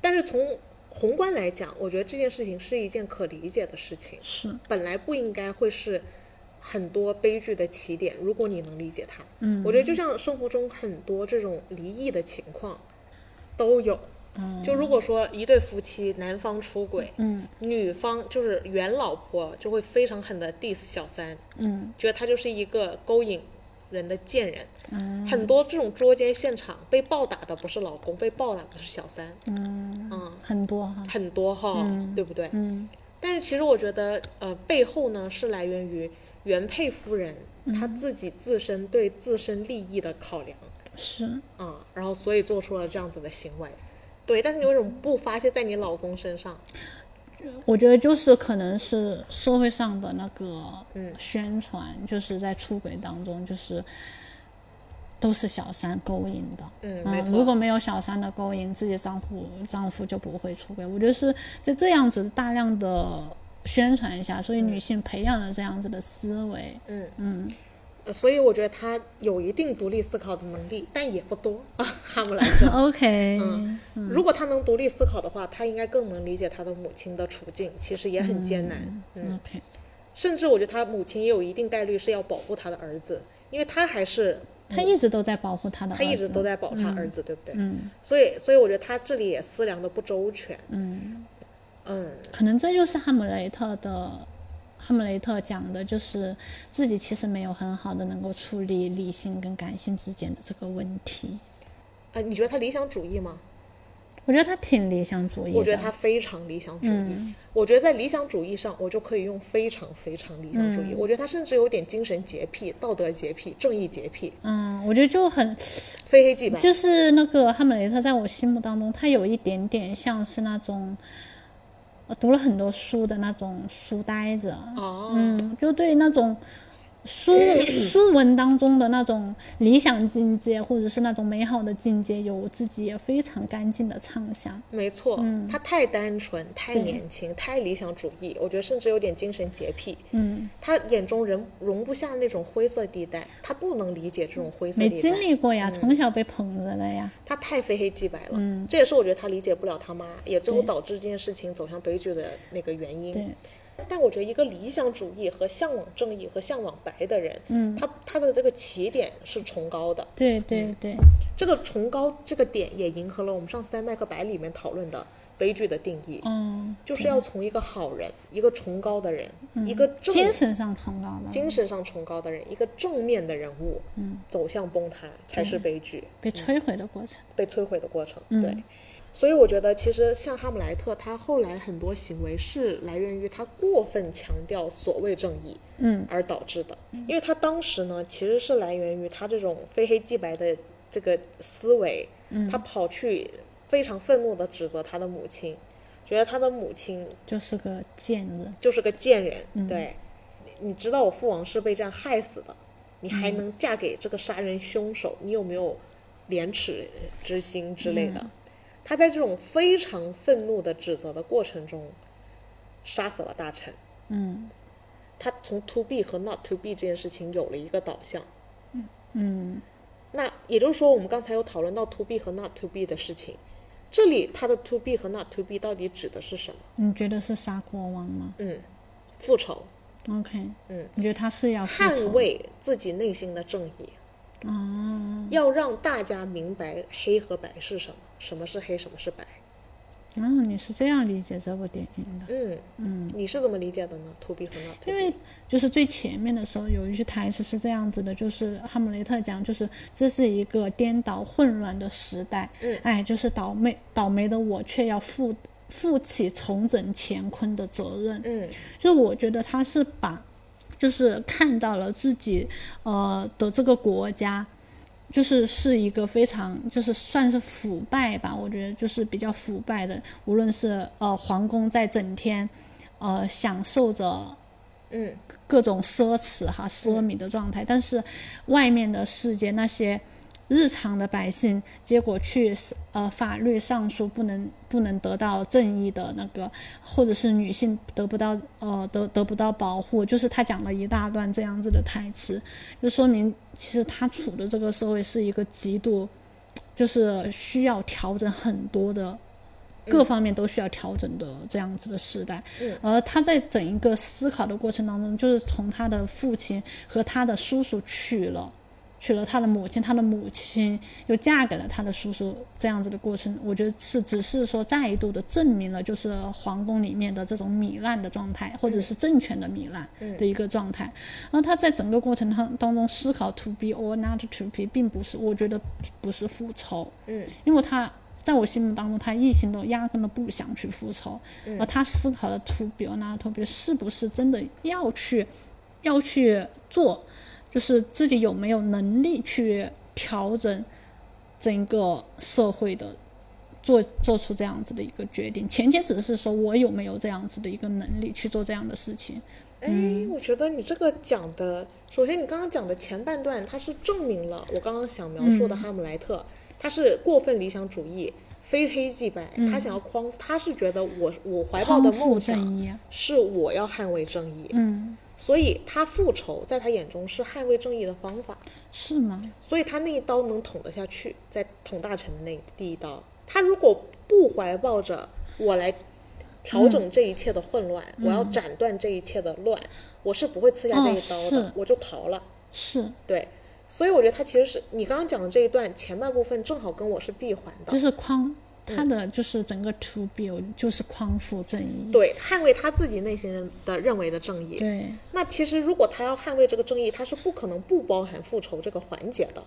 A: 但是从宏观来讲，我觉得这件事情是一件可理解的事情，
B: 是，
A: 本来不应该会是很多悲剧的起点。如果你能理解它，嗯，我觉得就像生活中很多这种离异的情况都有。就如果说一对夫妻男方出轨，
B: 嗯，
A: 女方就是原老婆就会非常狠的 diss 小三，
B: 嗯，
A: 觉得他就是一个勾引人的贱人。
B: 嗯
A: 很多这种捉奸现场被暴打的不是老公，被暴打的是小三，
B: 嗯，
A: 嗯，
B: 很多哈，
A: 很多哈，对不对？
B: 嗯
A: 但是其实我觉得，呃，背后呢是来源于原配夫人
B: 嗯
A: 她自己自身对自身利益的考量
B: 是，
A: 啊、然后所以做出了这样子的行为。对，但是你为什
B: 嗯
A: 么不发泄在你老公身上？
B: 我觉得就是可能是社会上的那个
A: 嗯
B: 宣传，就是在出轨当中就是。都是小三勾引的，
A: 嗯没
B: 嗯，
A: 错
B: 如果没有小三的勾引，自己丈夫丈夫就不会出轨。我觉得是在这样子大量的宣传下，
A: 嗯
B: 所以女性培养了这样子的思维，
A: 呃所以我觉得她有一定独立思考的能力，但也不多啊。哈姆莱特，
B: OK，、
A: 嗯
B: 嗯
A: 如果她能独立思考的话，她应该更能理解她的母亲的处境，其实也很
B: 嗯
A: 艰难。
B: OK，
A: 甚至我觉得她母亲也有一定概率是要保护她的儿子，因为她还是
B: 他一直都在保护他的儿
A: 他
B: 子，
A: 一直都在保他儿子，对不对？嗯，所以所以我觉得他这里也思量的不周全。嗯
B: 可能这就是哈姆雷特的。哈姆雷特讲的就是自己其实没有很好的能够处理理性跟感性之间的这个问题。
A: 呃，你觉得他理想主义吗？
B: 我觉得他挺理想主义的，
A: 我觉得他非常理想主义。我觉得在理想主义上，我就可以用非常非常理想主义。我觉得他甚至有点精神洁癖、道德洁癖、正义洁癖、
B: 嗯，我觉得就很
A: 非黑即白。
B: 就是那个哈姆雷特，在我心目当中，他有一点点像是那种呃读了很多书的那种书呆子，
A: 哦，
B: 嗯，就对那种 书书文当中的那种理想境界，或者是那种美好的境界，有自己也非常干净的畅想。
A: 没错，他太单纯、太年轻、太理想主义，我觉得甚至有点精神洁癖。嗯，他眼中容容不下那种灰色地带，他不能理解这嗯种灰色
B: 没
A: 地带
B: 经。历过呀，从小被捧着的呀，
A: 他太非黑即白了，
B: 嗯
A: 这也是我觉得他理解不了他妈，也最后
B: 对
A: 导致这件事情走向悲剧的那个原因。
B: 对，
A: 但我觉得一个理想主义和向往正义和向往白的人，嗯，他他的这个起点是崇高的，
B: 对对对，
A: 这个崇高这个点也迎合了我们上次在《麦克白》里面讨论的悲剧的定义，
B: 嗯，
A: 就是要从一个好人、一个崇高的人、一个正
B: 嗯精神上崇高的，
A: 精神上崇高的人、一个正面的人物，嗯，走向崩塌才是悲剧，
B: 被摧毁的过程，
A: 被摧毁的过程，对。所以我觉得，其实像哈姆莱特，他后来很多行为是来源于他过分强调所谓正义，
B: 嗯，
A: 而导致的。因为他当时呢，其实是来源于他这种非黑即白的这个思维，嗯，他跑去非常愤怒地指责他的母亲，觉得他的母亲
B: 就是个贱人，
A: 就是个贱人，
B: 嗯
A: 对，你知道我父王是被这样害死的，你还
B: 嗯
A: 能嫁给这个杀人凶手，你有没有廉耻之心之类
B: 嗯
A: 的？他在这种非常愤怒的指责的过程中，杀死了大臣。
B: 嗯
A: 他从 to be 和 not to be 这件事情有了一个导向。
B: 嗯
A: 那也就是说，我们刚才有讨论到 to be 和 not to be 的事情，这里他的 to be 和 not to be 到底指的是什么？
B: 你觉得是杀国王吗
A: 嗯，复仇，
B: ？OK，
A: 嗯，
B: 你觉得他是要复
A: 捍
B: 仇？
A: 卫自己内心的正义，
B: 啊
A: 要让大家明白黑和白是什么，什么是黑，什么是白。
B: 然哦后你是这样理解这部电影的？
A: 嗯嗯，你是怎么理解的呢？to be 和 not to
B: 因
A: be？
B: 为就是最前面的时候有一句台词是这样子的，就是哈姆雷特讲，就是这是一个颠倒混乱的时代，
A: 嗯
B: 哎，就是倒霉倒霉的我却要负负起重整乾坤的责任，
A: 嗯
B: 就我觉得他是把，就是看到了自己呃的这个国家，就是是一个非常就是算是腐败吧，我觉得就是比较腐败的，无论是呃皇宫在整天呃享受着。
A: 嗯
B: 各种奢侈哈奢靡的状态，但是外面的世界那些日常的百姓，结果去呃法律上诉不能不能得到正义的那个，或者是女性得不到呃得得不到保护，就是他讲了一大段这样子的台词，就说明其实他处的这个社会是一个极度就是需要调整很多的。各方面都需要调整的这样子的时代，而他在整一个思考的过程当中，就是从他的父亲和他的叔叔娶了，娶了他的母亲，他的母亲又嫁给了他的叔叔，这样子的过程，我觉得是只是说再一度的证明了，就是皇宫里面的这种糜烂的状态，或者是政权的糜烂的一个状态。然后他在整个过程当当中思考 to be or not to be，并不是，我觉得不是复仇，
A: 嗯，
B: 因为他。在我心目当中，他一心都压根都不想去复仇，
A: 嗯
B: 而他思考的 to be or not to be 是不是真的要去要去做，就是自己有没有能力去调整整个社会的，做做出这样子的一个决定。前提只是说我有没有这样子的一个能力去做这样的事情。
A: 哎，
B: 嗯
A: 我觉得你这个讲的，首先你刚刚讲的前半段，它是证明了我刚刚想描述的
B: 嗯
A: 哈姆莱特，他是过分理想主义，非黑即白，他想要匡，他是觉得我我怀抱的
B: 嗯匡扶
A: 梦想
B: 正义，啊
A: 是我要捍卫正义，
B: 嗯，
A: 所以他复仇在他眼中是捍卫正义的方
B: 嗯
A: 法，
B: 是吗？
A: 所以他那一刀能捅得下去，在捅大臣的那第一刀，他如果不怀抱着我来调整这一切的混乱，我要斩断这一切的乱，我是不会刺下这一刀的，
B: 嗯哦是
A: 我就逃了。
B: 是，
A: 对，所以我觉得他其实是你刚刚讲的这一段前半部分正好跟我是闭环的
B: 就，是匡，他的就是整个 to be 就是匡扶正义。
A: 对，捍卫他自己内心人的认为的正义。
B: 对，
A: 那其实如果他要捍卫这个正义，他是不可能不包含复仇这个环节的。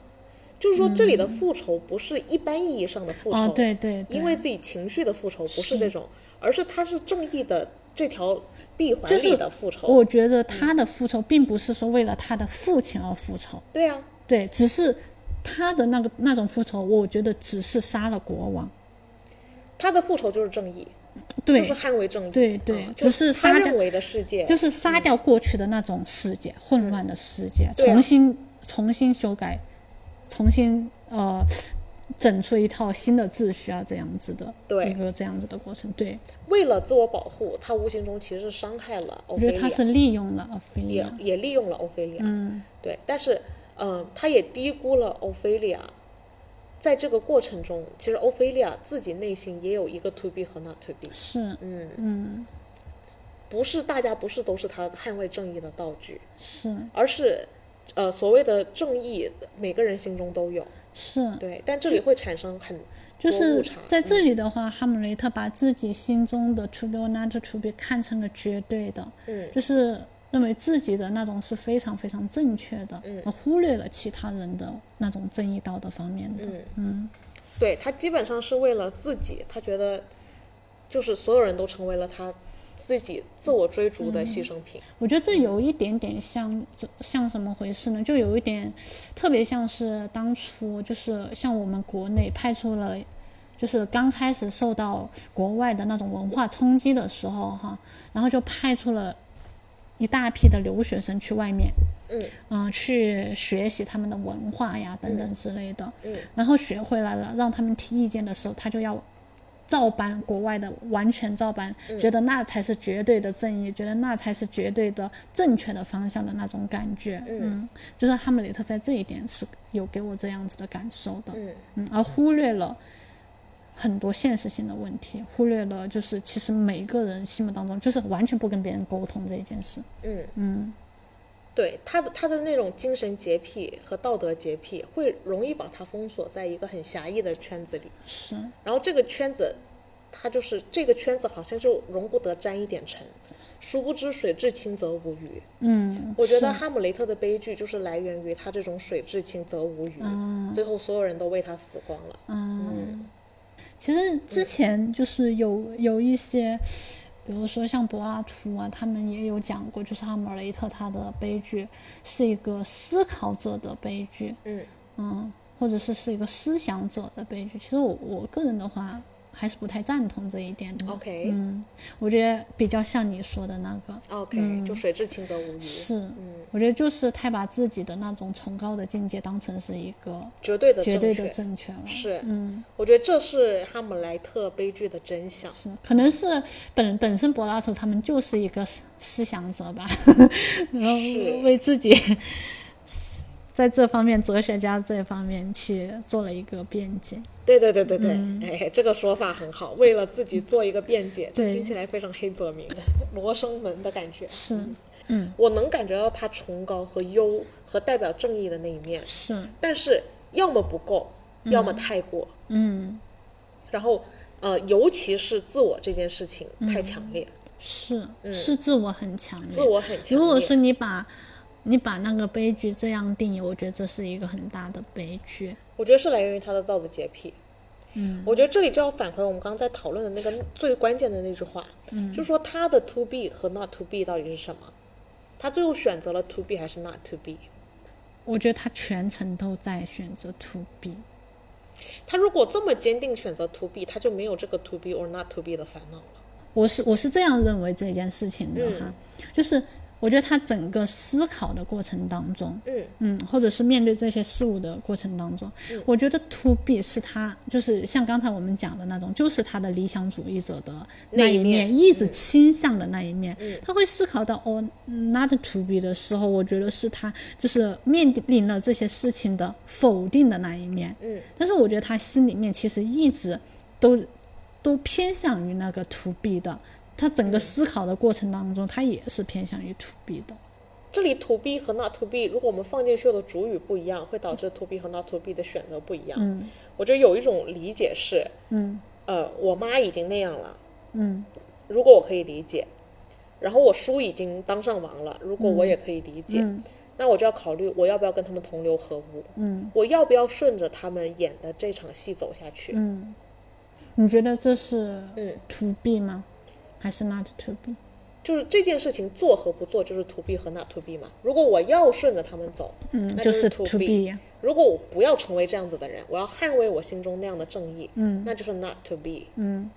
A: 就是说，这里的复仇不是一般意义上的复仇，
B: 嗯哦，对对对，
A: 因为自己情绪的复仇不是这种，而是他是正义的这条闭环里的复仇。
B: 我觉得他的复仇并不是说为了他的父亲而复仇，
A: 对啊，
B: 对，只是他的那个那种复仇，我觉得只是杀了国王，
A: 他的复仇就是正义，
B: 对，
A: 就是捍卫正义。
B: 对对
A: 啊
B: 只
A: 就是
B: 杀
A: 他
B: 掉
A: 认为的世界。
B: 就是杀掉过去的那种世界，混乱的世界，
A: 对啊
B: 重新重新修改，重新呃整出一套新的秩序啊，这样子的，
A: 对
B: 一个这样子的过程，对，
A: 为了自我保护，他无形中其实伤害了欧
B: 我
A: 菲
B: 觉
A: 利
B: 得
A: 亚，
B: 他是利用了奥菲利
A: 也
B: 亚，
A: 也利用了欧菲利亚。嗯，对，但是，嗯、他也低估了欧菲利亚。在这个过程中，其实欧菲利亚自己内心也有一个 to be 和 not to be。
B: 是，
A: 不是大家不是都是他捍卫正义的道具，
B: 是
A: 而是呃所谓的正义，每个人心中都有。
B: 是，
A: 对，但这里会产生很
B: 就
A: 多误
B: 是
A: 差嗯
B: 在这里的话，哈姆雷特把自己心中的 to be or not to be 看成了绝对的，
A: 嗯
B: 就是认为自己的那种是非常非常正确的，
A: 嗯
B: 而忽略了其他人的那种正义道德方
A: 嗯
B: 面的。
A: 对他基本上是为了自己，他觉得就是所有人都成为了他自己自我追逐的牺牲品。
B: 我觉得这有一点点像，这像什么回事呢？就有一点特别像是当初就是像我们国内派出了。就是刚开始受到国外的那种文化冲击的时候，哈，然后就派出了一大批的留学生去外面，
A: 嗯
B: 嗯、去学习他们的文化呀等等之类的，
A: 嗯
B: 然后学回来了，让他们提意见的时候，他就要照搬国外的，完全照搬，觉得那才是绝对的正义，觉得那才是绝对的正确的方向的那种感觉，嗯，就是哈姆雷特在这一点是有给我这样子的感受的，
A: 嗯
B: 嗯，而忽略了。很多现实性的问题，忽略了就是其实每一个人心目当中就是完全不跟别人沟通这一件事。
A: 嗯嗯，对他的他的那种精神洁癖和道德洁癖，会容易把他封锁在一个很狭义的圈子里，
B: 是，
A: 然后这个圈子。他就是这个圈子，好像就容不得沾一点尘。殊不知水至清则无鱼。
B: 嗯，
A: 我觉
B: 是
A: 得哈姆雷特的悲剧就是来源于他这种水至清则无鱼，
B: 嗯
A: 最后所有人都为他死光了。
B: 其实之前就是有有一些，比如说像柏拉图啊，他们也有讲过，就是哈姆雷特他的悲剧是一个思考者的悲剧，
A: 嗯
B: 嗯，或者是是一个思想者的悲剧。其实我我个人的话，还是不太赞同这一点的。
A: OK，、
B: 嗯，我觉得比较像你说的那个，
A: OK，、就
B: 嗯
A: 水至清则无鱼，
B: 是，
A: 嗯
B: 我觉得就是太把自己的那种崇高的境界当成是一个
A: 绝对的
B: 绝
A: 正
B: 对
A: 确。
B: 的正确了。
A: 是，嗯，我觉得这是哈姆莱特悲剧的真相。
B: 是，可能是本本身柏拉图他们就是一个思思想者吧，然后
A: 是
B: 为自己在这方面哲学家这方面去做了一个辩解。
A: 对对对对对，
B: 嗯
A: 哎，这个说法很好，为了自己做一个辩解，这
B: 对
A: 听起来非常黑泽明、罗生门的感觉。
B: 是
A: 我能感觉到他崇高和优和代表正义的那一面，
B: 是，
A: 但是要么不够，要么太过。嗯，然后呃，尤其是自我这件事情太强烈，
B: 是、是自我很强烈。
A: 嗯自我很强烈。
B: 如果说你把你把那个悲剧这样定义，我觉得这是一个很大的悲剧。
A: 我觉得是来源于他的道德洁癖。嗯，我觉得这里就要返回我们刚才讨论的那个最关键的那句话，嗯，就说他的 to be 和 not to be 到底是什么？他最后选择了 to be 还是 not to be？
B: 我觉得他全程都在选择 to B。
A: 他如果这么坚定选择 to be，他就没有这个 to be or not to be 的烦恼了。
B: 我是我是这样认为这件事情的哈，就是我觉得他整个思考的过程当中，
A: 嗯
B: 或者是面对这些事物的过程当中，我觉得 to B 是他就是像刚才我们讲的那种，就是他的理想主义者的
A: 那一
B: 一
A: 面嗯
B: 一直倾向的那一面，他会思考到哦，not to B 的时候，我觉得是他就是面临了这些事情的否定的那一面，
A: 嗯，
B: 但是我觉得他心里面其实一直都都偏向于那个 to B 的。他整
A: 嗯
B: 个思考的过程当中，他也是偏向于 to B 的。
A: 这里 to be 和 not to be，如果我们放进去的主语不一样，会导致 to be 和 not to be 的选择不一样。嗯，我觉得有一种理解是，
B: 嗯，
A: 呃，我妈已经那样了，
B: 嗯，
A: 如果我可以理解，然后我叔已经当上王了，如果
B: 嗯
A: 我也可以理解，那我就要考虑我要不要跟他们同流合污，嗯，我要不要顺着他们演的这场戏走下去？嗯，
B: 你觉得这是 to B 吗？还是 not to B？
A: 就是这件事情做和不做，就是 to be 和 not to be 嘛。如果我要顺着他们走，嗯，那
B: 就是 to
A: be
B: be 呀。
A: 如果我不要成为这样子的人，我要捍卫我心中那样的正义，嗯，那就是 not to be，嗯，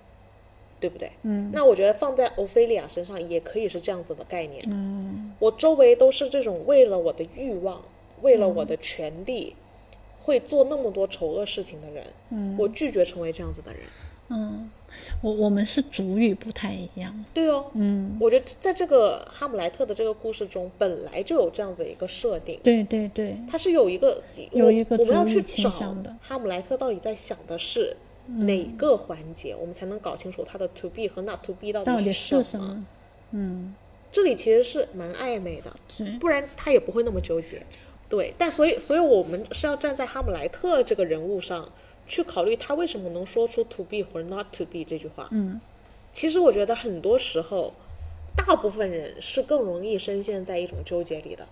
A: 对不对？嗯，那我觉得放在欧菲利亚身上也可以是这样子的概念，嗯，我周围都是这种为了我的欲望，为了我的权利，会做那么多丑恶事情的人，嗯，我拒绝成为这样子的人，
B: 我我们是主语不太一样。
A: 对哦，嗯，我觉得在这个哈姆莱特的这个故事中，本来就有这样子一个设定，
B: 对对对，
A: 它是有一个
B: 有
A: 我
B: 一个
A: 我们要
B: 主义
A: 去
B: 倾
A: 找
B: 向的嗯
A: 哈姆莱特到底在想的是哪个环节，我们才能搞清楚他的 to be 和 not to be 到
B: 到底
A: 是
B: 是
A: 什
B: 什么？
A: 嗯，这里其实是蛮暧昧的，
B: 是
A: 不然他也不会那么纠结。对，但所以，所以我们是要站在哈姆莱特这个人物上去考虑他为什么能说出 “to be” 或者 “not to be” 这句话。嗯，其实我觉得很多时候，大部分人是更容易深陷在一种纠结里的。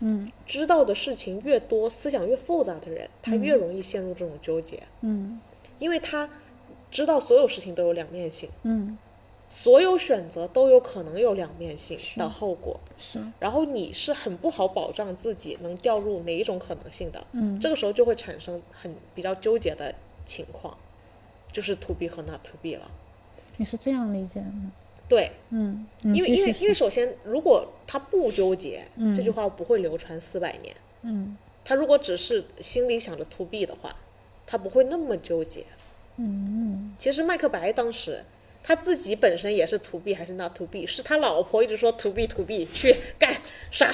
B: 嗯，
A: 知道的事情越多，思想越复杂的人，他越容易陷入这种纠结。
B: 嗯
A: 因为他知道所有事情都有两面性，
B: 嗯
A: 所有选择都有可能有两面性的后果。
B: 是
A: 然后你是很不好保障自己能掉入哪一种可能性的，
B: 嗯，
A: 这个时候就会产生很比较纠结的情况，就是 to be 和 not to be 了。
B: 你是这样理解的吗？
A: 对，
B: 嗯，你
A: 因为
B: 继续
A: 因为因为首先，如果他不纠结，
B: 嗯
A: 这句话不会流传四百年。
B: 嗯
A: 他如果只是心里想着 to be 的话，他不会那么纠结。
B: 嗯
A: 其实麦克白当时他自己本身也是 to B 还是 not to B，是他老婆一直说 to B to B 去干啥。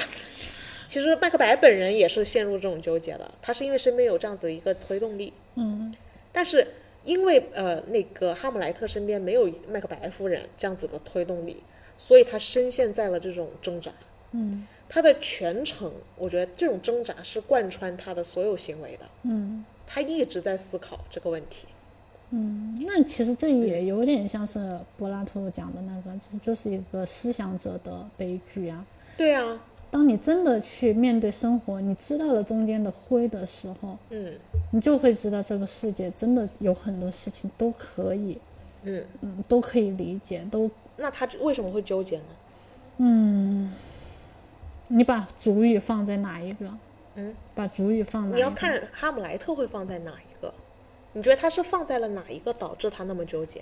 A: 其实麦克白本人也是陷入这种纠结的，他是因为身边有这样子一个推动力，
B: 嗯
A: 但是因为呃那个哈姆莱特身边没有麦克白夫人这样子的推动力，所以他深陷在了这种挣扎。
B: 嗯
A: 他的全程，我觉得这种挣扎是贯穿他的所有行为的，
B: 嗯
A: 他一直在思考这个问题。
B: 嗯，那其实这也有点像是柏拉图讲的那个，这就是一个思想者的悲剧啊。
A: 对啊，
B: 当你真的去面对生活，你知道了中间的灰的时候，
A: 嗯，
B: 你就会知道这个世界真的有很多事情都可以，
A: 嗯
B: 嗯，都可以理解，都
A: 那他为什么会纠结呢？
B: 你把主语放在哪一个？
A: 嗯，
B: 把主语放哪
A: 你
B: 一
A: 要
B: 个？
A: 看哈姆莱特会放在哪一个？你觉得他是放在了哪一个导致他那么纠结？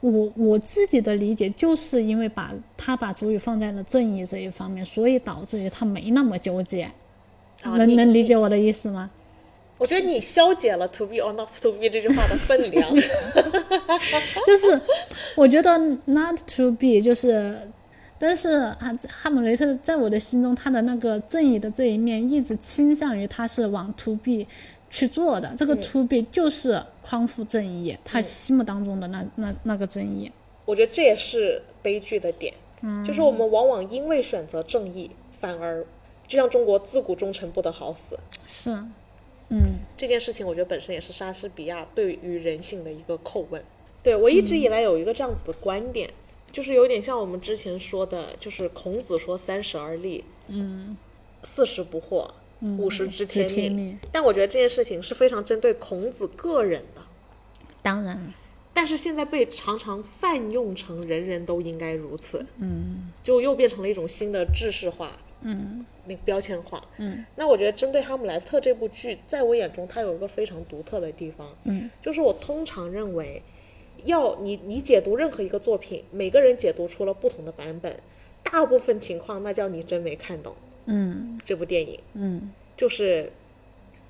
B: 我我自己的理解就是因为把他把主语放在了正义这一方面，所以导致于他没那么纠结。
A: 啊，
B: 能
A: 你
B: 能理解我的意思吗？
A: 我觉得你消解了 “to be or not to be” 这句话的分量。
B: 就是我觉得 not to be 就是，但是啊，哈姆雷特在我的心中，他的那个正义的这一面一直倾向于他是往 to be 去做的，这个 to be 就是匡扶正义，他心目当中的那那那个正义。
A: 我觉得这也是悲剧的点，就是我们往往因为选择正义，反而就像中国自古忠臣不得好死
B: 是，嗯
A: 这件事情，我觉得本身也是莎士比亚对于人性的一个叩问。对我一直以来有一个这样子的观点，就是有点像我们之前说的，就是孔子说三十而立，
B: 嗯，
A: 四十不惑，五十知
B: 知
A: 天
B: 天
A: 命。
B: 命，
A: 但我觉得这件事情是非常针对孔子个人的，
B: 当然，
A: 但是现在被常常泛用成人人都应该如此，嗯，就又变成了一种新的制式化，
B: 嗯
A: 那个标签化。
B: 嗯，
A: 那我觉得针对《哈姆莱特》这部剧，在我眼中它有一个非常独特的地方，
B: 嗯，
A: 就是我通常认为，要你你解读任何一个作品，每个人解读出了不同的版本，大部分情况那叫你真没看懂
B: 嗯
A: 这部电影。
B: 嗯
A: 就是，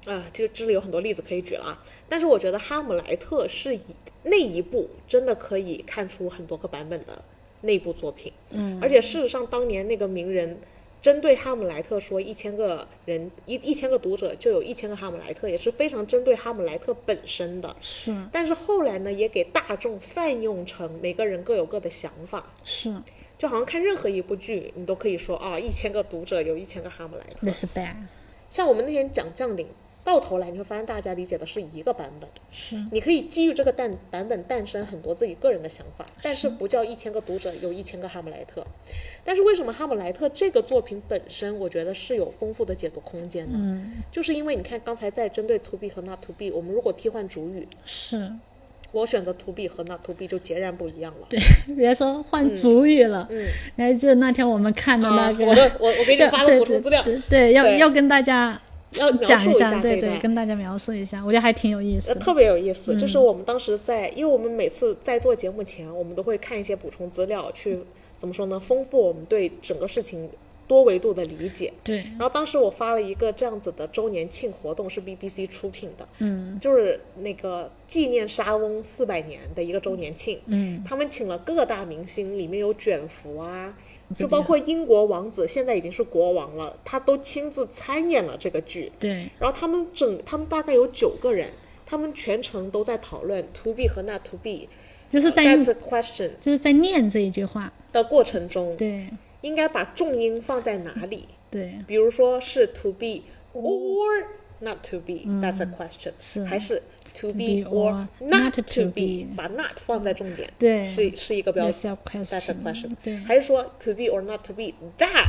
A: 啊、这这里有很多例子可以举了啊。但是我觉得《哈姆莱特》是以那一部真的可以看出很多个版本的那部作品，
B: 嗯，
A: 而且事实上当年那个名人。针对哈姆莱特说，一千个人一一千个读者就有一千个哈姆莱特，也是非常针对哈姆莱特本身的。
B: 是
A: 但是后来呢，也给大众泛用成每个人各有各的想法，
B: 是
A: 就好像看任何一部剧，你都可以说啊，一千个读者有一千个哈姆莱特。
B: ，respect，
A: 像我们那天讲降临，到头来你会发现大家理解的是一个版本。
B: 是
A: 你可以基于这个诞版本诞生很多自己个人的想法，但是不叫一千个读者有一千个哈姆莱特。但是为什么哈姆莱特这个作品本身，我觉得是有丰富的解读空间呢？
B: 嗯
A: 就是因为你看刚才在针对 to be 和 not to be，我们如果替换主语，
B: 是。
A: 我选择 to be 和 not to be 就截然不一样了。
B: 别说换主语了，你还记得那天我们看的那
A: 嗯啊，
B: 个？
A: 我的我我给你们发的
B: 对
A: 补充资料，
B: 对对对，要
A: 对
B: 要跟大家
A: 要描
B: 讲
A: 述
B: 一下，
A: 这
B: 对
A: 一段
B: 对，。跟大家描述一下，我觉得还挺有意思
A: 呃，
B: 的。
A: 特别有意思，就是我们当时在，因为我们每次在做节目前，我们都会看一些补充资料，去怎么说呢，丰富我们对整个事情多维度的理解。
B: 对，
A: 然后当时我发了一个这样子的周年庆活动，是 BBC 出品的，嗯，就是那个纪念莎翁四百年的一个周年庆，
B: 嗯，
A: 他们请了各大明星，里面有卷福啊，就包括英国王子，现在已经是国王了，他都亲自参演了这个剧，
B: 对，
A: 然后他们整，他们大概有九个人，他们全程都在讨论 to B 和 not to B，
B: 就是在
A: That's a question
B: 就是在念这一句话，
A: 的过程中，
B: 对
A: 应该把重音放在哪里？
B: 对
A: 比如说是 to be or not to be，that's、a question，
B: 嗯是
A: 还是 to
B: be
A: be or
B: or
A: not
B: not
A: to
B: to
A: be，
B: be
A: 把 not 放在重点，
B: 对
A: 是是一个标
B: ，That's
A: 准
B: a
A: ，that's a
B: question，
A: question，
B: 对
A: 还是说 to be or not to be，that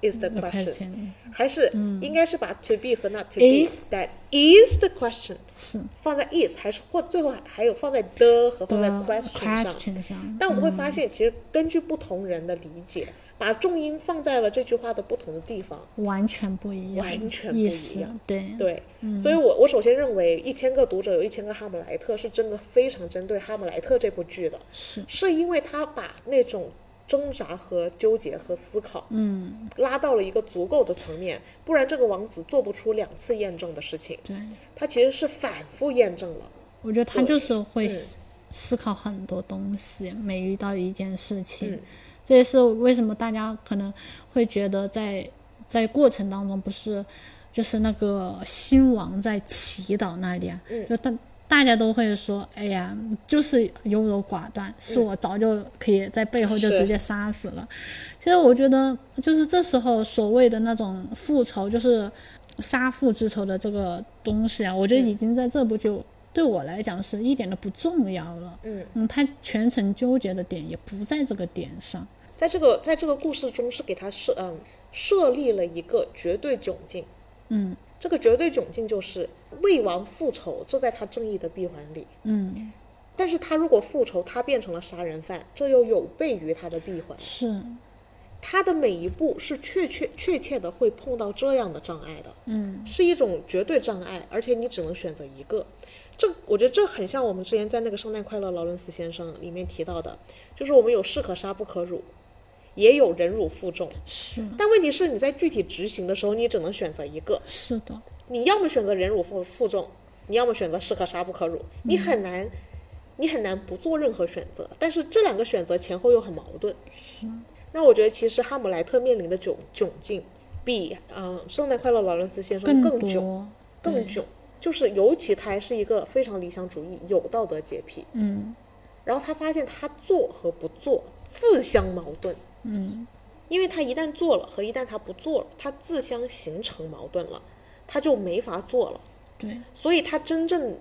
A: is the
B: The
A: question，
B: question
A: 还是应该是把 to be 和 not to be
B: 嗯 Is
A: that is the question
B: 是
A: 放在 is，还是或最后还有放在 the 和放在
B: The
A: question 上。
B: question 嗯上，
A: 但我们会发现，其实根据不同人的理解，把重音放在了这句话的不同的地方。
B: 完全不一样，
A: 完全不一
B: 意
A: 样
B: 思，对
A: 对，
B: 嗯
A: 所以我我首先认为，一千个读者有一千个哈姆莱特是真的非常针对《哈姆莱特》这部剧的，
B: 是
A: 是因为他把那种挣扎和纠结和思考，嗯，拉到了一个足够的层面，不然这个王子做不出两次验证的事情。
B: 对，
A: 他其实是反复验证了，
B: 我觉得他就是会思思考很多东西，每遇到一件事情，这也是为什么大家可能会觉得在在过程当中不是就是那个新王在祈祷那里啊，就大大家都会说，哎呀，就是优柔寡断，是我早就可以在背后就直接杀死了。其实我觉得，就是这时候所谓的那种复仇，就是杀父之仇的这个东西啊，我觉得已经在这部剧对我来讲是一点都不重要了。嗯嗯，他全程纠结的点也不在这个点上。
A: 在这个在这个故事中是给他设嗯设立了一个绝对窘境，
B: 嗯
A: 这个绝对窘境就是为王复仇，这在他正义的闭环里。
B: 嗯，
A: 但是他如果复仇，他变成了杀人犯，这又有悖于他的闭环。
B: 是
A: 他的每一步是确确确切的会碰到这样的障碍的，嗯，是一种绝对障碍，而且你只能选择一个。这我觉得这很像我们之前在那个《圣诞快乐，劳伦斯先生》里面提到的，就是我们有士可杀不可辱，也有忍辱负重，
B: 是
A: 但问题是你在具体执行的时候，你只能选择一个，
B: 是的，
A: 你要么选择忍辱负负重，你要么选择士可杀不可辱，你很难，你很难不做任何选择。但是这两个选择前后又很矛盾。那我觉得其实哈姆莱特面临的窘窘境比嗯、呃圣诞快乐劳伦斯先生更囧
B: 多
A: 更囧，就是尤其他还是一个非常理想主义、有道德洁癖，
B: 嗯
A: 然后他发现他做和不做自相矛盾。
B: 嗯
A: 因为他一旦做了和一旦他不做了，他自相形成矛盾了，他就没法做了。
B: 对
A: 所以他真正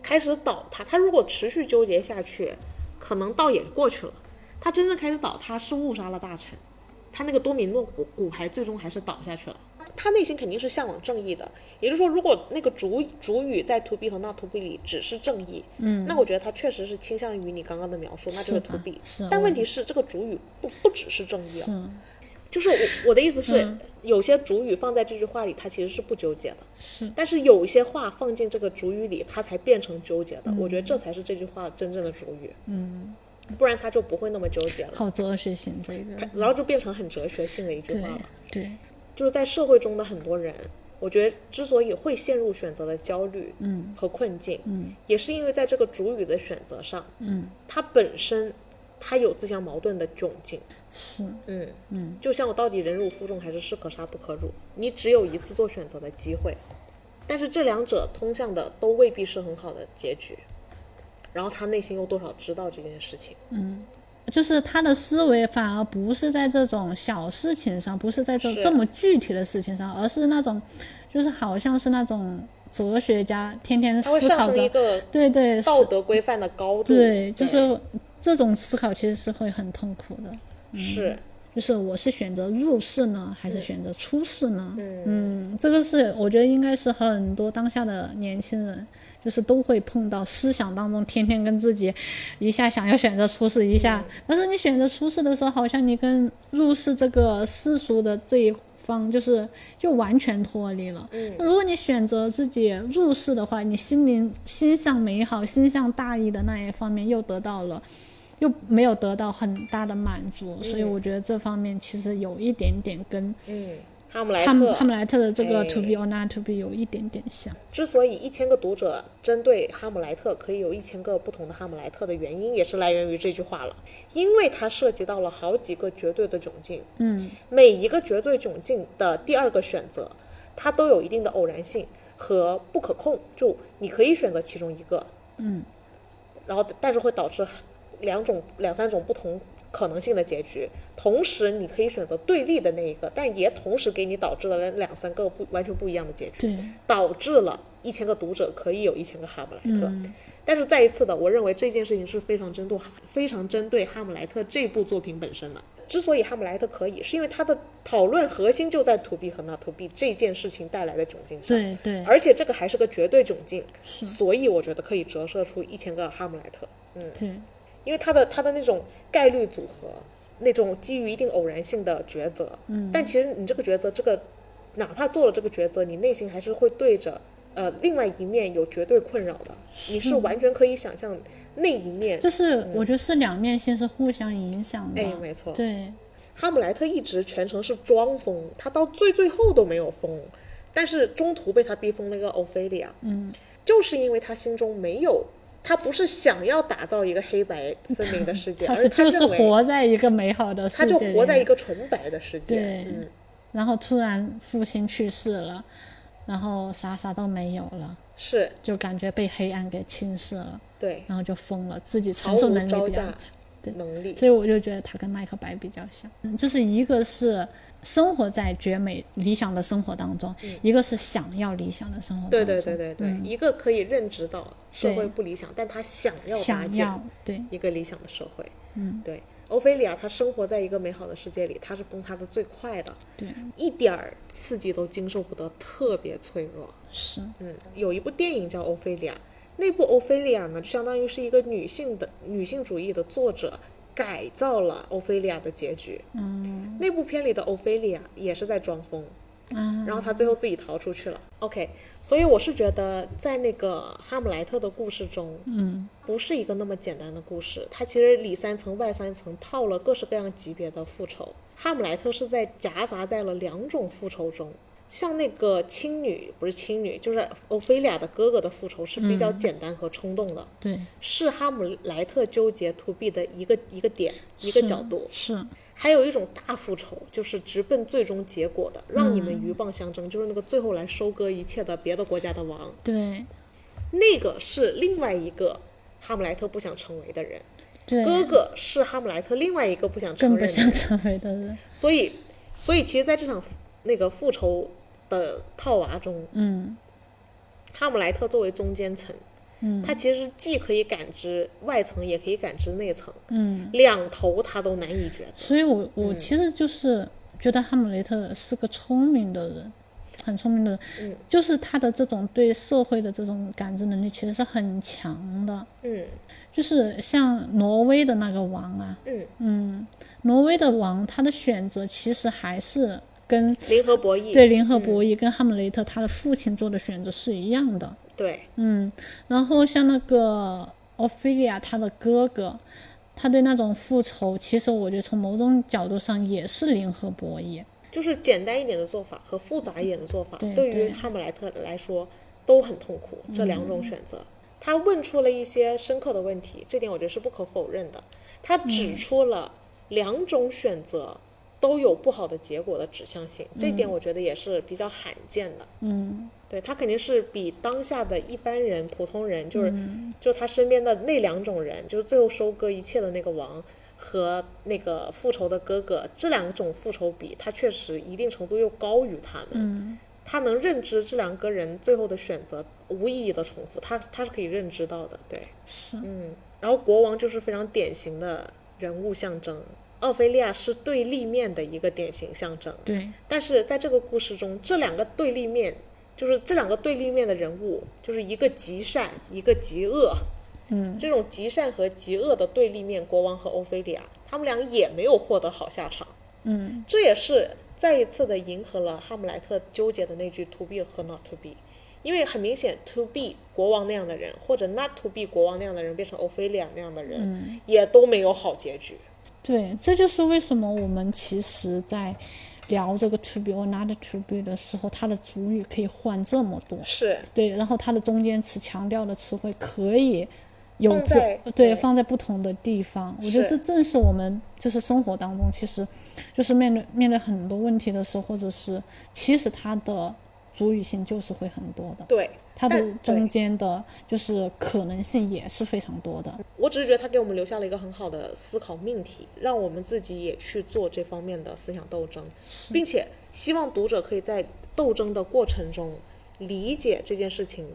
A: 开始倒塌，他如果持续纠结下去，可能倒也过去了。他真正开始倒塌是误杀了大臣，他那个多米诺骨骨牌最终还是倒下去了。他内心肯定是向往正义的，也就是说，如果那个主主语在 to be 和 not to be 里只是正义，嗯，那我觉得他确实是倾向于你刚刚的描述，那就是
B: 是
A: to
B: 的
A: be。
B: 是
A: 但
B: 我
A: 问题是，这个主语不不只是正义啊，
B: 是嗯
A: 就是我我的意思是，有些主语放在这句话里，它其实是不纠结的，
B: 是
A: 但是有一些话放进这个主语里，它才变成纠结的。我觉得这才是这句话真正的主语，嗯，不然它就不会那么纠结了，
B: 好哲学性这个，
A: 然后就变成很哲学性的一句
B: 对
A: 话了。
B: 对
A: 就是在社会中的很多人，我觉得之所以会陷入选择的焦虑，嗯，和困境，嗯，也是因为在这个主语的选择上，嗯，它本身它有自相矛盾的窘境，
B: 是
A: 嗯，嗯，就像我到底忍辱负重还是士可杀不可辱，你只有一次做选择的机会，但是这两者通向的都未必是很好的结局。然后他内心又多少知道这件事情，
B: 就是他的思维反而不是在这种小事情上，不是在这
A: 是
B: 这么具体的事情上，而是那种，就是好像是那种哲学家天天
A: 他会
B: 思
A: 上
B: 考
A: 升一
B: 着，
A: 个
B: 对对是，
A: 道德规范的高度。
B: 对，就是这种思考其实是会很痛苦的。嗯
A: 是
B: 就是我是选择入世呢，还是选择出世呢？嗯这个是我觉得应该是很多当下的年轻人，就是都会碰到思想当中，天天跟自己一下想要选择出世，一下，但是你选择出世的时候，好像你跟入世这个世俗的这一方就是就完全脱离了。那如果你选择自己入世的话，你心灵心向美好、心向大义的那一方面又得到了。又没有得到很大的满足，
A: 嗯
B: 所以我觉得这方面其实有一点点跟
A: 哈姆莱
B: 汉姆
A: 特
B: 汉姆莱特的这
A: 嗯
B: 个
A: 哎
B: “to be or not to be” 有一点点像。
A: 之所以一千个读者针对哈姆莱特可以有一千个不同的哈姆莱特的原因，也是来源于这句话了，因为它涉及到了好几个绝对的窘境。嗯，每一个绝对窘境的第二个选择，它都有一定的偶然性和不可控，就你可以选择其中一个。嗯，然后但是会导致两种两三种不同可能性的结局，同时你可以选择对立的那一个，但也同时给你导致了两三个不完全不一样的结局，
B: 对，
A: 导致了一千个读者可以有一千个哈姆莱特。但是再一次的，我认为这件事情是非常针对哈非常针对哈姆莱特这部作品本身的。之所以哈姆莱特可以，是因为它的讨论核心就在 to B 和 not to B 这件事情带来的窘境上。
B: 对对，
A: 而且这个还是个绝对窘境，所以我觉得可以折射出一千个哈姆莱特，
B: 对，
A: 因为他的他的那种概率组合，那种基于一定偶然性的抉择，嗯，但其实你这个抉择，这个哪怕做了这个抉择，你内心还是会对着呃另外一面有绝对困扰的，你是完全可以想象那一面，
B: 就是我觉得是两面性是互相影响的，
A: 哎，没错，
B: 对，
A: 哈姆莱特一直全程是装疯，他到最最后都没有疯，但是中途被他逼疯了一个欧菲利亚，嗯，就是因为他心中没有，他不是想要打造一个黑白分明的世界，
B: 他
A: 而
B: 是
A: 他
B: 就是
A: 认为
B: 活在一个美好的
A: 他
B: 世界
A: 就
B: 里
A: 活在一
B: 面，
A: 个纯白的世界，
B: 对
A: 嗯，
B: 然后突然父亲去世了，然后啥啥都没有了，
A: 是
B: 就感觉被黑暗给侵蚀了，
A: 对
B: 然后就疯了，自己
A: 毫
B: 承受
A: 无
B: 能力
A: 招
B: 比较
A: 架
B: 强。对
A: 能力，
B: 所以我就觉得他跟麦克白比较像，嗯，就是一个是生活在绝美理想的生活当中，一个是想要理想的生活当
A: 嗯对
B: 中，
A: 对对对对，一个可以认知到社会
B: 嗯对
A: 不理想，但他想要搭
B: 想
A: 建
B: 要对
A: 一个理想的社会，嗯，对。欧菲利亚她生活在一个美好的世界里，她是崩塌的最快的，
B: 对
A: 一点儿刺激都经受不得，特别脆弱。
B: 是，
A: 嗯，有一部电影叫《欧菲利亚》，那部《欧菲利亚》呢，相当于是一个女性的女性主义的作者改造了欧菲利亚的结局。嗯，那部片里的欧菲利亚也是在装疯，
B: 嗯，
A: 然后她最后自己逃出去了。OK，所以我是觉得在那个哈姆莱特的故事中，嗯，不是一个那么简单的故事，它其实里三层外三层套了各式各样级别的复仇。哈姆莱特是在夹杂在了两种复仇中。像那个青女不是青女，就是欧菲利亚的哥哥的复仇是比较简单和冲动的，
B: 对
A: 是哈姆莱特纠结 to B 的一个一个点一个角度。
B: 是，
A: 还有一种大复仇，就是直奔最终结果的，让你们鹬蚌相
B: 嗯
A: 争，就是那个最后来收割一切的别的国家的王，
B: 对
A: 那个是另外一个哈姆莱特不想成为的人，
B: 对，
A: 哥哥是哈姆莱特另外一个不想
B: 更
A: 承
B: 不
A: 认的
B: 想成为的人，
A: 所以，所以其实在这场复那个复仇的套娃中，嗯，哈姆莱特作为中间层，嗯，他其实既可以感知外层，也可以感知内层，嗯，两头他都难以抉择。
B: 所以我我其实就是觉得哈姆雷特是个聪明的人，很聪明的人，
A: 嗯
B: 就是他的这种对社会的这种感知能力其实是很强的。
A: 嗯
B: 就是像挪威的那个王啊，
A: 嗯，
B: 挪威的王他的选择其实还是跟
A: 零和博弈，
B: 对林和博
A: 嗯
B: 弈跟哈姆雷特他的父亲做的选择是一样的。
A: 对
B: 嗯，然后像那个奥菲利亚，他的哥哥，他对那种复仇，其实我觉得从某种角度上也是零和博弈。
A: 就是简单一点的做法和复杂一点的做法，
B: 对
A: 对于
B: 对嗯
A: 哈姆莱特来说都很痛苦。这两种选择，他问出了一些深刻的问题，这点我觉得是不可否认的。他
B: 嗯
A: 指出了两种选择都有不好的结果的指向性，这点我觉得也是比较罕见的。
B: 嗯，
A: 对他肯定是比当下的一般人、普通人，就是、
B: 嗯
A: 就是他身边的那两种人，就是最后收割一切的那个王和那个复仇的哥哥，这两种复仇比，他确实一定程度又高于他们。他能认知这两个人最后的选择无意义的重复，他他是可以认知到的。对，
B: 是，
A: 嗯，然后国王就是非常典型的人物象征，奥菲利亚是对立面的一个典型象征。
B: 对，
A: 但是在这个故事中，这两个对立面，就是这两个对立面的人物，就是一个极善，一个极恶。嗯，这种极善和极恶的对立面，国王和欧菲利亚，他们俩也没有获得好下场。
B: 嗯，
A: 这也是再一次的迎合了哈姆莱特纠结的那句 “to be” 和 “not to be”，因为很明显，“to be” 国王那样的人，或者 “not to be” 国王那样的人，变成欧菲利亚那样的人，也都没有好结局。
B: 对，这就是为什么我们其实，在聊这个 to be or not to be 的时候，它的主语可以换这么多。
A: 是，
B: 对，然后它的中间词强调的词汇可以有
A: 放
B: 这
A: 在对
B: 放在不同的地方。我觉得
A: 是
B: 这正是我们就是生活当中，其实就是面对面对很多问题的时候，或者是其实它的主语性就是会很多的。
A: 对，
B: 它的
A: 但
B: 中
A: 对
B: 间的就是可能性也是非常多的。
A: 我只是觉得他给我们留下了一个很好的思考命题，让我们自己也去做这方面的思想斗争，并且希望读者可以在斗争的过程中理解这件事情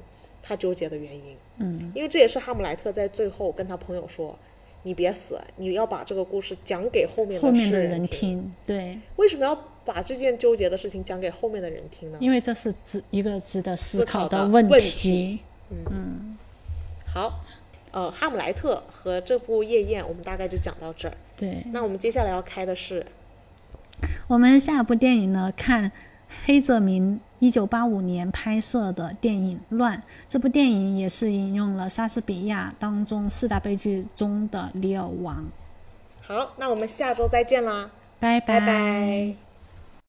A: 他纠结的原因。嗯，因为这也是哈姆莱特在最后跟他朋友说：“你别死，你要把这个故事讲给后面
B: 后
A: 的
B: 面
A: 世
B: 的
A: 人
B: 人
A: 听。
B: 听，对，
A: 为什么要把这件纠结的事情讲给后面的人听呢？
B: 因为这是值一个值得思
A: 思考
B: 考
A: 的
B: 问
A: 问
B: 题。
A: 好，呃，哈姆莱特和这部《夜宴》，我们大概就讲到这儿。
B: 对，
A: 那我们接下来要开的是
B: 我们下部电影呢，看黑泽明一九八五年拍摄的电影《乱》。这部电影也是引用了莎士比亚当中四大悲剧中的《李尔王》。
A: 好，那我们下周再见啦，
B: 拜
A: 拜拜